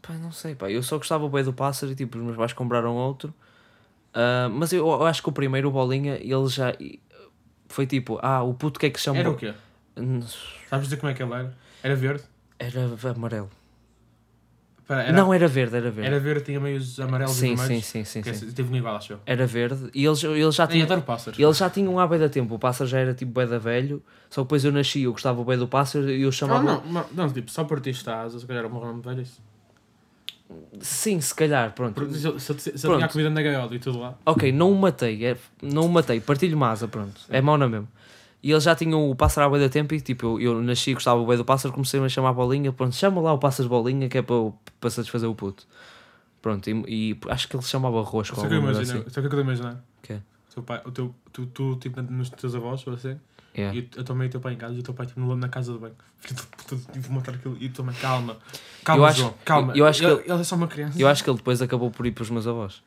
Speaker 1: Pá, não sei, pá. Eu só gostava bem do pássaro e tipo, os meus pais compraram outro. Ah, mas eu, eu acho que o primeiro, o Bolinha, ele já. e- Foi tipo, ah, o puto que é que se chama.
Speaker 2: Era o quê?
Speaker 1: Hum,
Speaker 2: Sabes dizer como é que ele era? Era verde?
Speaker 1: Era amarelo.
Speaker 2: Pera, era,
Speaker 1: Não, era verde, era verde.
Speaker 2: era verde, tinha meios amarelos e
Speaker 1: sim, sim,
Speaker 2: vermelhos.
Speaker 1: sim, sim,
Speaker 2: Que
Speaker 1: sim.
Speaker 2: esse- Teve um igual, acho eu.
Speaker 1: Era verde. E eles, eles já
Speaker 2: Ah, eu
Speaker 1: tinham.
Speaker 2: adoro pássaros.
Speaker 1: Ele já tinha um há bué da tempo, o pássaro já era tipo bué da velho, só que depois eu nasci, eu gostava bem do pássaro e eu
Speaker 2: Não,
Speaker 1: chamava...
Speaker 2: não, não, não, tipo, só por ti está a asas, se calhar é eu morro de velho isso.
Speaker 1: Sim, se calhar, pronto.
Speaker 2: Porque se eu, se eu, se eu
Speaker 1: Pronto.
Speaker 2: tinha a comida na gaiola e tudo lá.
Speaker 1: Ok, não o matei, é- não o matei, partilho uma asa, pronto, é mau na mesmo. E eles já tinham o pássaro há bué da tempo e tipo, eu, eu nasci, gostava bem do pássaro, comecei-me a chamar bolinha, pronto, chama lá o pássaro bolinha que é para, o- para satisfazer o puto. Pronto, e, e acho que ele se chamava Rosco,
Speaker 2: Só
Speaker 1: ou
Speaker 2: que eu
Speaker 1: alguma coisa
Speaker 2: imagino,
Speaker 1: assim.
Speaker 2: só que eu estou a imaginar.
Speaker 1: Quê?
Speaker 2: O teu pai, o teu, tu, tu, tipo, nos teus avós, ou assim,
Speaker 1: Yeah.
Speaker 2: e o- a tua mãe e o teu pai em casa, e o teu pai, tipo, no- na casa do banho. Filho da puta, tipo, vou matar aquilo. E a tua mãe, calma. Calma,
Speaker 1: Eu acho-
Speaker 2: João, calma.
Speaker 1: eu- eu acho que
Speaker 2: ele,
Speaker 1: ele-
Speaker 2: ele é só uma criança.
Speaker 1: Eu acho que ele depois acabou por ir para os meus avós.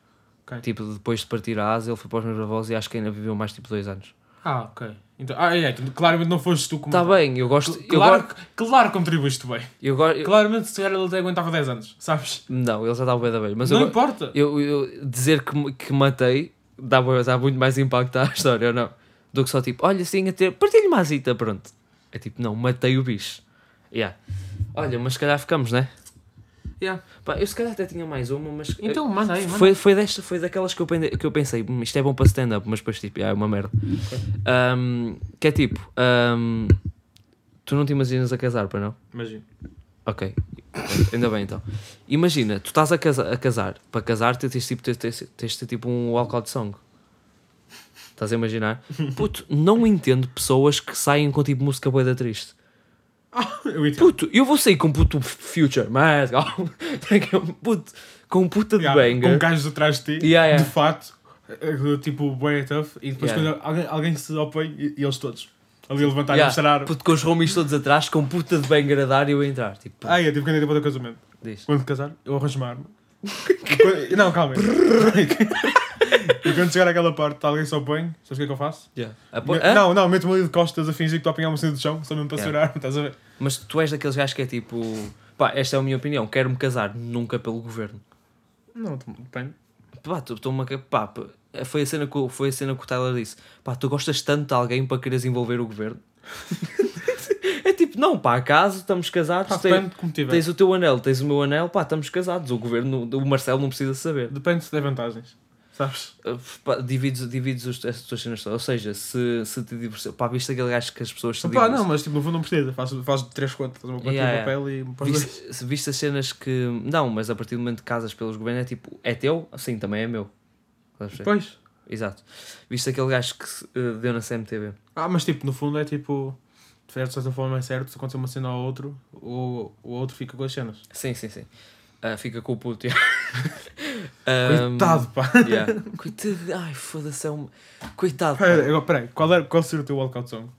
Speaker 2: Ok.
Speaker 1: Tipo, depois de partir a asa, ele foi para os meus avós e acho que ainda viveu mais tipo dois anos.
Speaker 2: Ah, ok. Então, ah, é, tu- claramente não foste tu como.
Speaker 1: Está bem, eu gosto.
Speaker 2: Cl-
Speaker 1: Eu
Speaker 2: Claro,
Speaker 1: gosto.
Speaker 2: que- claro que contribuíste bem.
Speaker 1: Eu gosto. eu-
Speaker 2: Claramente, se calhar ele até aguentava 10 anos, sabes?
Speaker 1: Não, ele já estava bem da velha. Mas
Speaker 2: não
Speaker 1: eu, go-
Speaker 2: importa.
Speaker 1: eu, eu dizer que, m- que matei dá, bué- dá muito mais impacto à história, ou não? Do que só tipo, olha, sim, a ter. Partilho uma azita, pronto. É tipo, não, matei o bicho. Yeah. Olha, mas se calhar ficamos, né?
Speaker 2: Yeah.
Speaker 1: Pá, eu se calhar até tinha mais uma, mas. eh,
Speaker 2: Então, manda aí, manda.
Speaker 1: Foi, foi, desta, foi daquelas que eu, pende- que eu pensei, "Hum, isto é bom para stand-up, mas depois tipo, "Ah, é uma merda. Ahm, que é tipo, ahm, tu não te imaginas a casar, para não?
Speaker 2: Imagina.
Speaker 1: Ok, ainda bem então. Imagina, tu estás a casar, a casar. para casar tens, tipo, tens, tens, tens de ter tipo um walkout song. Estás a imaginar? Puto, não entendo pessoas que saem com tipo música boeda triste.
Speaker 2: Eu entendo.
Speaker 1: Puto, eu vou sair com um puto Future, mas. puto, com um puta de
Speaker 2: Yeah, um Com
Speaker 1: banger.
Speaker 2: gajos atrás de ti,
Speaker 1: Yeah, yeah.
Speaker 2: de fato, eh, tipo, bem tough, e depois
Speaker 1: Yeah.
Speaker 2: quando alguém, alguém se opõe, e, e eles todos ali tá a levantar
Speaker 1: Yeah,
Speaker 2: e a mostrar.
Speaker 1: puto, com os homies todos atrás, com um puta de banger a dar e eu a entrar. Tipo,
Speaker 2: Ah, eu tive que andar para o teu casamento.
Speaker 1: diz.
Speaker 2: Quando casar, eu arranjo uma arma. E quando- não, calma. e quando chegar àquela parte, alguém se opõe, sabes o que é que eu faço?
Speaker 1: Apo-
Speaker 2: Me-
Speaker 1: Hã?
Speaker 2: Não, não, meto-me ali de costas a fingir que estou a apanhar uma cena do chão, só mesmo para
Speaker 1: Yeah.
Speaker 2: segurar, estás a ver?
Speaker 1: Mas tu és daqueles gajos que é tipo. Pá, esta é a minha opinião, quero-me casar, nunca pelo governo.
Speaker 2: Não, tu- depende.
Speaker 1: Pá, tu, tu uma, ca- pá, p- foi, a cena que, o- foi a cena que o Tyler disse. Pá, tu gostas tanto de alguém para quereres envolver o governo? é tipo, não, pá, acaso estamos casados,
Speaker 2: Pá,
Speaker 1: tem-
Speaker 2: depende como tiver.
Speaker 1: tens o teu anel, tens o meu anel, pá, estamos casados. O governo, o Marcelo não precisa saber.
Speaker 2: Depende se der vantagens, sabes?
Speaker 1: Uh, pá, divides, divides os- as tuas cenas todas. Ou seja, se, se te divorciar, pá, viste aquele gajo que as pessoas se
Speaker 2: Pá,
Speaker 1: divorciam.
Speaker 2: não, mas tipo, no fundo não precisa, faz, faz de 3 contas, uma quantia
Speaker 1: Yeah,
Speaker 2: de papel e pões dois.
Speaker 1: Viste, se viste as cenas que. Não, mas a partir do momento que casas pelos governos é tipo, é teu? Sim, também é meu. Estás a perceber?
Speaker 2: Pois.
Speaker 1: Exato. Viste aquele gajo que se, eh, deu na CMTV?
Speaker 2: Ah, mas tipo, no fundo é tipo. De certa forma é certo, se acontecer uma cena ao outro, o, o outro fica com as cenas.
Speaker 1: Sim, sim, sim. Ah, fica com o puto. yeah. Ahm,
Speaker 2: Coitado, pá!
Speaker 1: yeah. Coitado. Ai, foda-se. É um... Coitado.
Speaker 2: Pera,
Speaker 1: Pá.
Speaker 2: agora, peraí, qual, era, qual seria o teu walkout song?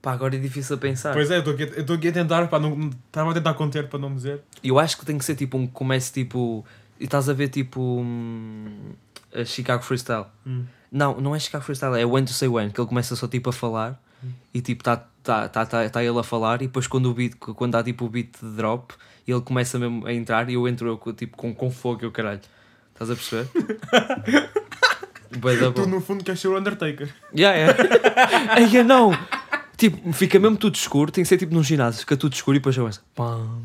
Speaker 1: Pá, agora é difícil a pensar.
Speaker 2: Pois é, eu estou aqui, eu tô aqui a tentar, pá, não- não- estava a tentar conter para não dizer.
Speaker 1: Eu acho que tem que ser tipo um que comece tipo. E estás a ver tipo. hum, a Chicago Freestyle.
Speaker 2: Hum.
Speaker 1: Não, não é Chicago Freestyle, é When to Say When, que ele começa só tipo a falar e tipo está tá, tá, tá, tá ele a falar e depois quando o beat, quando dá tipo o beat de drop, ele começa mesmo a entrar e eu entro eu, co- tipo com, com fogo e o caralho. Estás a perceber? Bué da
Speaker 2: Tu
Speaker 1: bom.
Speaker 2: no fundo queres ser o Undertaker.
Speaker 1: Yeah, yeah. Ai, eu não! Tipo, fica mesmo tudo escuro, tem que ser tipo num ginásio, fica tudo escuro e depois começa. Pam,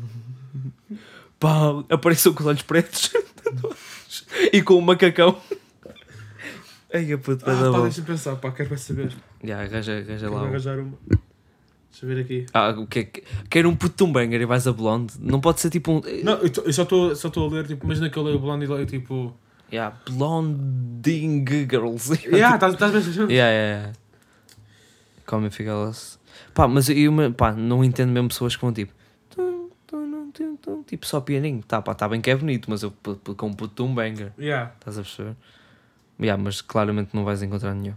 Speaker 1: pam, apareceu com os olhos pretos e com o macacão. um Ai, a puta,
Speaker 2: Ah,
Speaker 1: da
Speaker 2: pá,
Speaker 1: bom.
Speaker 2: deixa-me pensar, pá, quero para saber.
Speaker 1: Já, arranja, arranja
Speaker 2: Quero
Speaker 1: lá. um.
Speaker 2: arranjar uma. Deixa eu ver aqui.
Speaker 1: Ah, o que é que- Quero um puto de um banger e vais a blonde. Não pode ser tipo um.
Speaker 2: Não, eu, tô- eu só estou só tô a ler, tipo, imagina que eu leio o Blondie e leio, tipo...
Speaker 1: Yeah, blonding girls.
Speaker 2: Yeah, estás estás mesmo...
Speaker 1: yeah, yeah, yeah. Come fica girls. Pá, mas eu, me- pá, não entendo mesmo pessoas que vão tipo. tum, tum, tum, tum, tum, Tipo só pianinho. Tá, pá, tá bem que é bonito, mas eu p- p- com um puto de um banger.
Speaker 2: Yeah.
Speaker 1: Estás a perceber? Yeah, mas claramente não vais encontrar nenhum.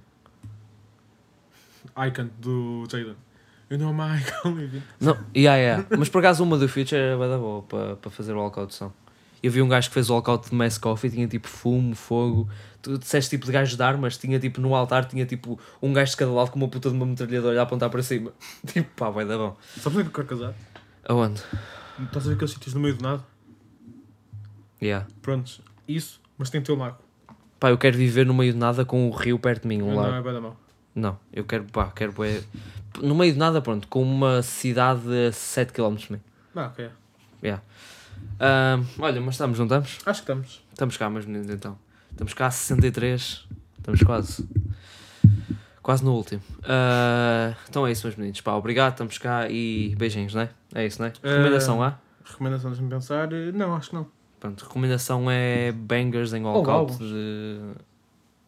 Speaker 2: Icon, do Jaden. Eu não amo a Icon, Lívia.
Speaker 1: Não, yeah, yeah. mas por acaso uma do Future era bué da boa para para fazer o walkout de som. Eu vi um gajo que fez o walkout de Mass Coffee, tinha tipo fumo, fogo. Tu disseste tipo de gajo de armas, tinha tipo no altar, tinha tipo um gajo de cada lado com uma puta de uma metralhadora a apontar para cima. Tipo, pá, vai dar bom.
Speaker 2: Sabes onde é que eu quero casar?
Speaker 1: Aonde?
Speaker 2: Estás a ver aqueles sítios no meio do nada?
Speaker 1: Yeah.
Speaker 2: Prontos. Isso, mas tem que ter um lago.
Speaker 1: Pá, eu quero viver no meio de nada com o rio perto de mim, um
Speaker 2: Não é
Speaker 1: lago.
Speaker 2: bem da mão.
Speaker 1: Não, eu quero, pá, quero. bué- No meio de nada, pronto, com uma cidade a 7km de mim.
Speaker 2: Não, ok.
Speaker 1: Yeah. Ah, olha, mas estamos, não estamos?
Speaker 2: Acho que estamos.
Speaker 1: Estamos cá, meus meninos, então. Estamos cá a 63. Estamos quase. Quase no último. Ah, então é isso, meus meninos. Pá, obrigado, estamos cá e beijinhos, não é? É isso, não é? Recomendação há?
Speaker 2: Recomendação, deixa-me pensar. Eh, Não, acho que não.
Speaker 1: Pronto, recomendação é bangers em walkout
Speaker 2: álbuns.
Speaker 1: de.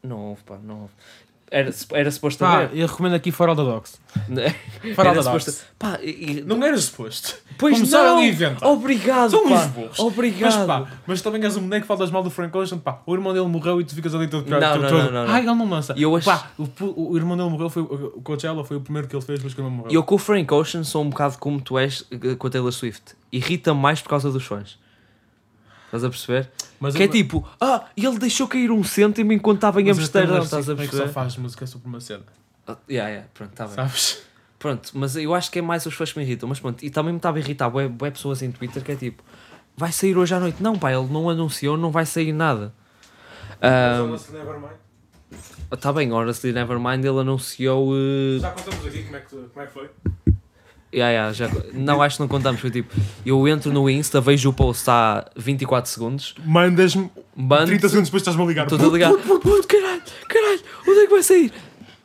Speaker 1: Não houve, pá, não houve. Era, sup- era suposto
Speaker 2: Pá,
Speaker 1: haver.
Speaker 2: Tá, eu recomendo aqui Fora da Docs. Fora
Speaker 1: Era
Speaker 2: da
Speaker 1: é suposto.
Speaker 2: Docs.
Speaker 1: Pá, e- e-
Speaker 2: Não era suposto.
Speaker 1: pois
Speaker 2: começaram
Speaker 1: não!
Speaker 2: a inventar.
Speaker 1: Obrigado!
Speaker 2: São
Speaker 1: pá.
Speaker 2: uns burros. Mas
Speaker 1: Obrigado!
Speaker 2: pá, mas também és um boneco que falas mal do Frank Ocean, pá, o irmão dele morreu e tu ficas ali todo
Speaker 1: Não,
Speaker 2: todo-
Speaker 1: não,
Speaker 2: todo-
Speaker 1: não, não, não.
Speaker 2: Ai, ele não lança.
Speaker 1: E eu acho-
Speaker 2: Pá, o, pu- o irmão dele morreu, foi, o o Coachella foi o primeiro que ele fez, mas que ele não morreu.
Speaker 1: E eu com o Frank Ocean sou um bocado como tu és eh, com a Taylor Swift. Irrita mais por causa dos fãs. Estás a perceber?
Speaker 2: Mas
Speaker 1: que é
Speaker 2: eu-
Speaker 1: tipo, ah, ele deixou cair um cêntimo enquanto estava em
Speaker 2: Mas a
Speaker 1: Amsterdã.
Speaker 2: Taylor
Speaker 1: Estás a
Speaker 2: Swift é que só
Speaker 1: perceber?
Speaker 2: faz música sobre uma cena,
Speaker 1: Ah, yeah, yeah, pronto, tá bem.
Speaker 2: sabes?
Speaker 1: Pronto, mas eu acho que é mais os fãs que me irritam. Mas pronto, e também me estava a irritar bué, bué pessoas em Twitter que é tipo, vai sair hoje à noite. Não, pá, ele não anunciou, não vai sair nada. Ahm, Está Ah, tá bem, Honestly Nevermind ele anunciou. eh,
Speaker 2: Já contamos aqui como é que, como é que foi.
Speaker 1: Ya, ya, já- Não, acho que não contamos. Foi tipo, eu entro no Insta, vejo o post há 24 segundos,
Speaker 2: Mandas-me
Speaker 1: mando.
Speaker 2: 30 segundos depois estás-me a ligar.
Speaker 1: Estou a ligar. Puto, puto, caralho, caralho, onde é que vai sair?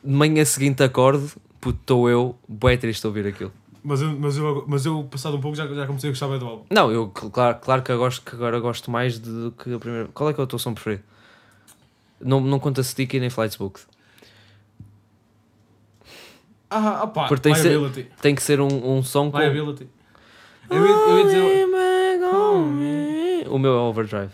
Speaker 1: De manhã seguinte acordo, puto, estou eu, bué triste a ouvir aquilo.
Speaker 2: Mas eu, mas, eu, mas eu, passado um pouco, já, já comecei a gostar bem do álbum.
Speaker 1: Não, eu, cl- claro, claro que, eu gosto, que agora gosto mais de- do que a primeira. Qual é que é o teu som preferido? Não, não conta Sticky nem Flights Booked.
Speaker 2: Ah, ah pá,
Speaker 1: Porque tem que ser-
Speaker 2: liability.
Speaker 1: Tem que ser um, um som com.
Speaker 2: Liability. Eu ia, eu ia dizer,
Speaker 1: O meu é Overdrive.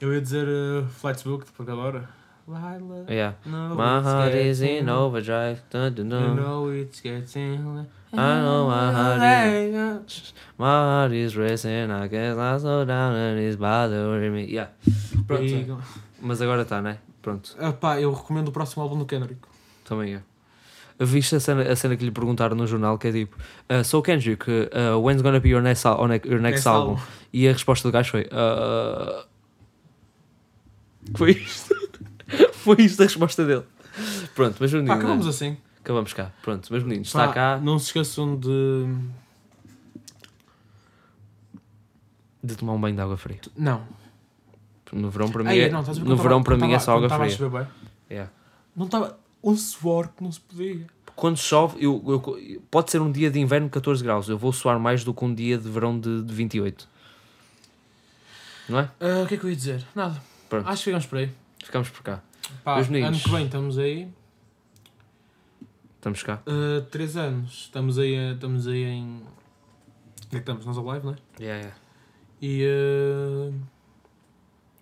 Speaker 2: eu ia dizer uh, Flights Booked, porque adoro. Lila.
Speaker 1: Yeah.
Speaker 2: No,
Speaker 1: My
Speaker 2: it's
Speaker 1: heart is
Speaker 2: getting-
Speaker 1: in overdrive. Dun, dun,
Speaker 2: You
Speaker 1: dun.
Speaker 2: know Oh, it's getting
Speaker 1: I know my heart is,
Speaker 2: late.
Speaker 1: my heart is racing. I guess I'm so down and it's bothering me. Yeah. Pronto.
Speaker 2: Pronto.
Speaker 1: Mas agora está, né? Pronto.
Speaker 2: Ah, pá, eu recomendo o próximo álbum do Kendrick.
Speaker 1: Também é. Viste a cena, a cena que lhe perguntaram no jornal que é tipo uh, So Kendrick, uh, when's gonna be your next, al- on- your next
Speaker 2: Next
Speaker 1: album?
Speaker 2: album.
Speaker 1: E a resposta do gajo foi uh, Foi isto Foi isto a resposta dele Pronto, mas
Speaker 2: Pá,
Speaker 1: menino,
Speaker 2: acabamos assim.
Speaker 1: acabamos cá Pronto, mas meninos,
Speaker 2: Pá,
Speaker 1: está cá
Speaker 2: Não se esqueçam de.
Speaker 1: de tomar um banho de água fria
Speaker 2: Não.
Speaker 1: No verão para mim
Speaker 2: Ei,
Speaker 1: é,
Speaker 2: não, estás a ver
Speaker 1: no
Speaker 2: quando
Speaker 1: verão
Speaker 2: tava-
Speaker 1: para mim é
Speaker 2: quando
Speaker 1: só
Speaker 2: tava-
Speaker 1: água
Speaker 2: quando
Speaker 1: fria É.
Speaker 2: tava a chover bem.
Speaker 1: Yeah.
Speaker 2: Não estava. Um suor que não se podia.
Speaker 1: Quando chove, eu, eu- pode ser um dia de inverno de 14 graus. Eu vou suar mais do que um dia de verão de, de 28. Não é?
Speaker 2: Ah, o que é que eu ia dizer? Nada.
Speaker 1: Pronto.
Speaker 2: Acho que ficamos por aí.
Speaker 1: Ficamos por cá.
Speaker 2: Pá,
Speaker 1: Meus meninos.
Speaker 2: ano que vem estamos aí.
Speaker 1: Estamos cá.
Speaker 2: Ah, três anos. Estamos aí, eh, estamos aí em. Onde é que estamos? Nós ao live, não é? E. ah,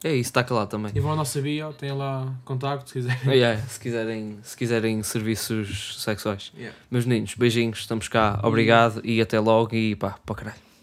Speaker 1: É isso, está calado também.
Speaker 2: E vão à nossa bio, tem lá contacto se quiserem.
Speaker 1: Yeah, se, quiserem, se quiserem serviços sexuais.
Speaker 2: Yeah.
Speaker 1: Meus meninos, beijinhos, estamos cá. Obrigado e até logo e pá, para caralho.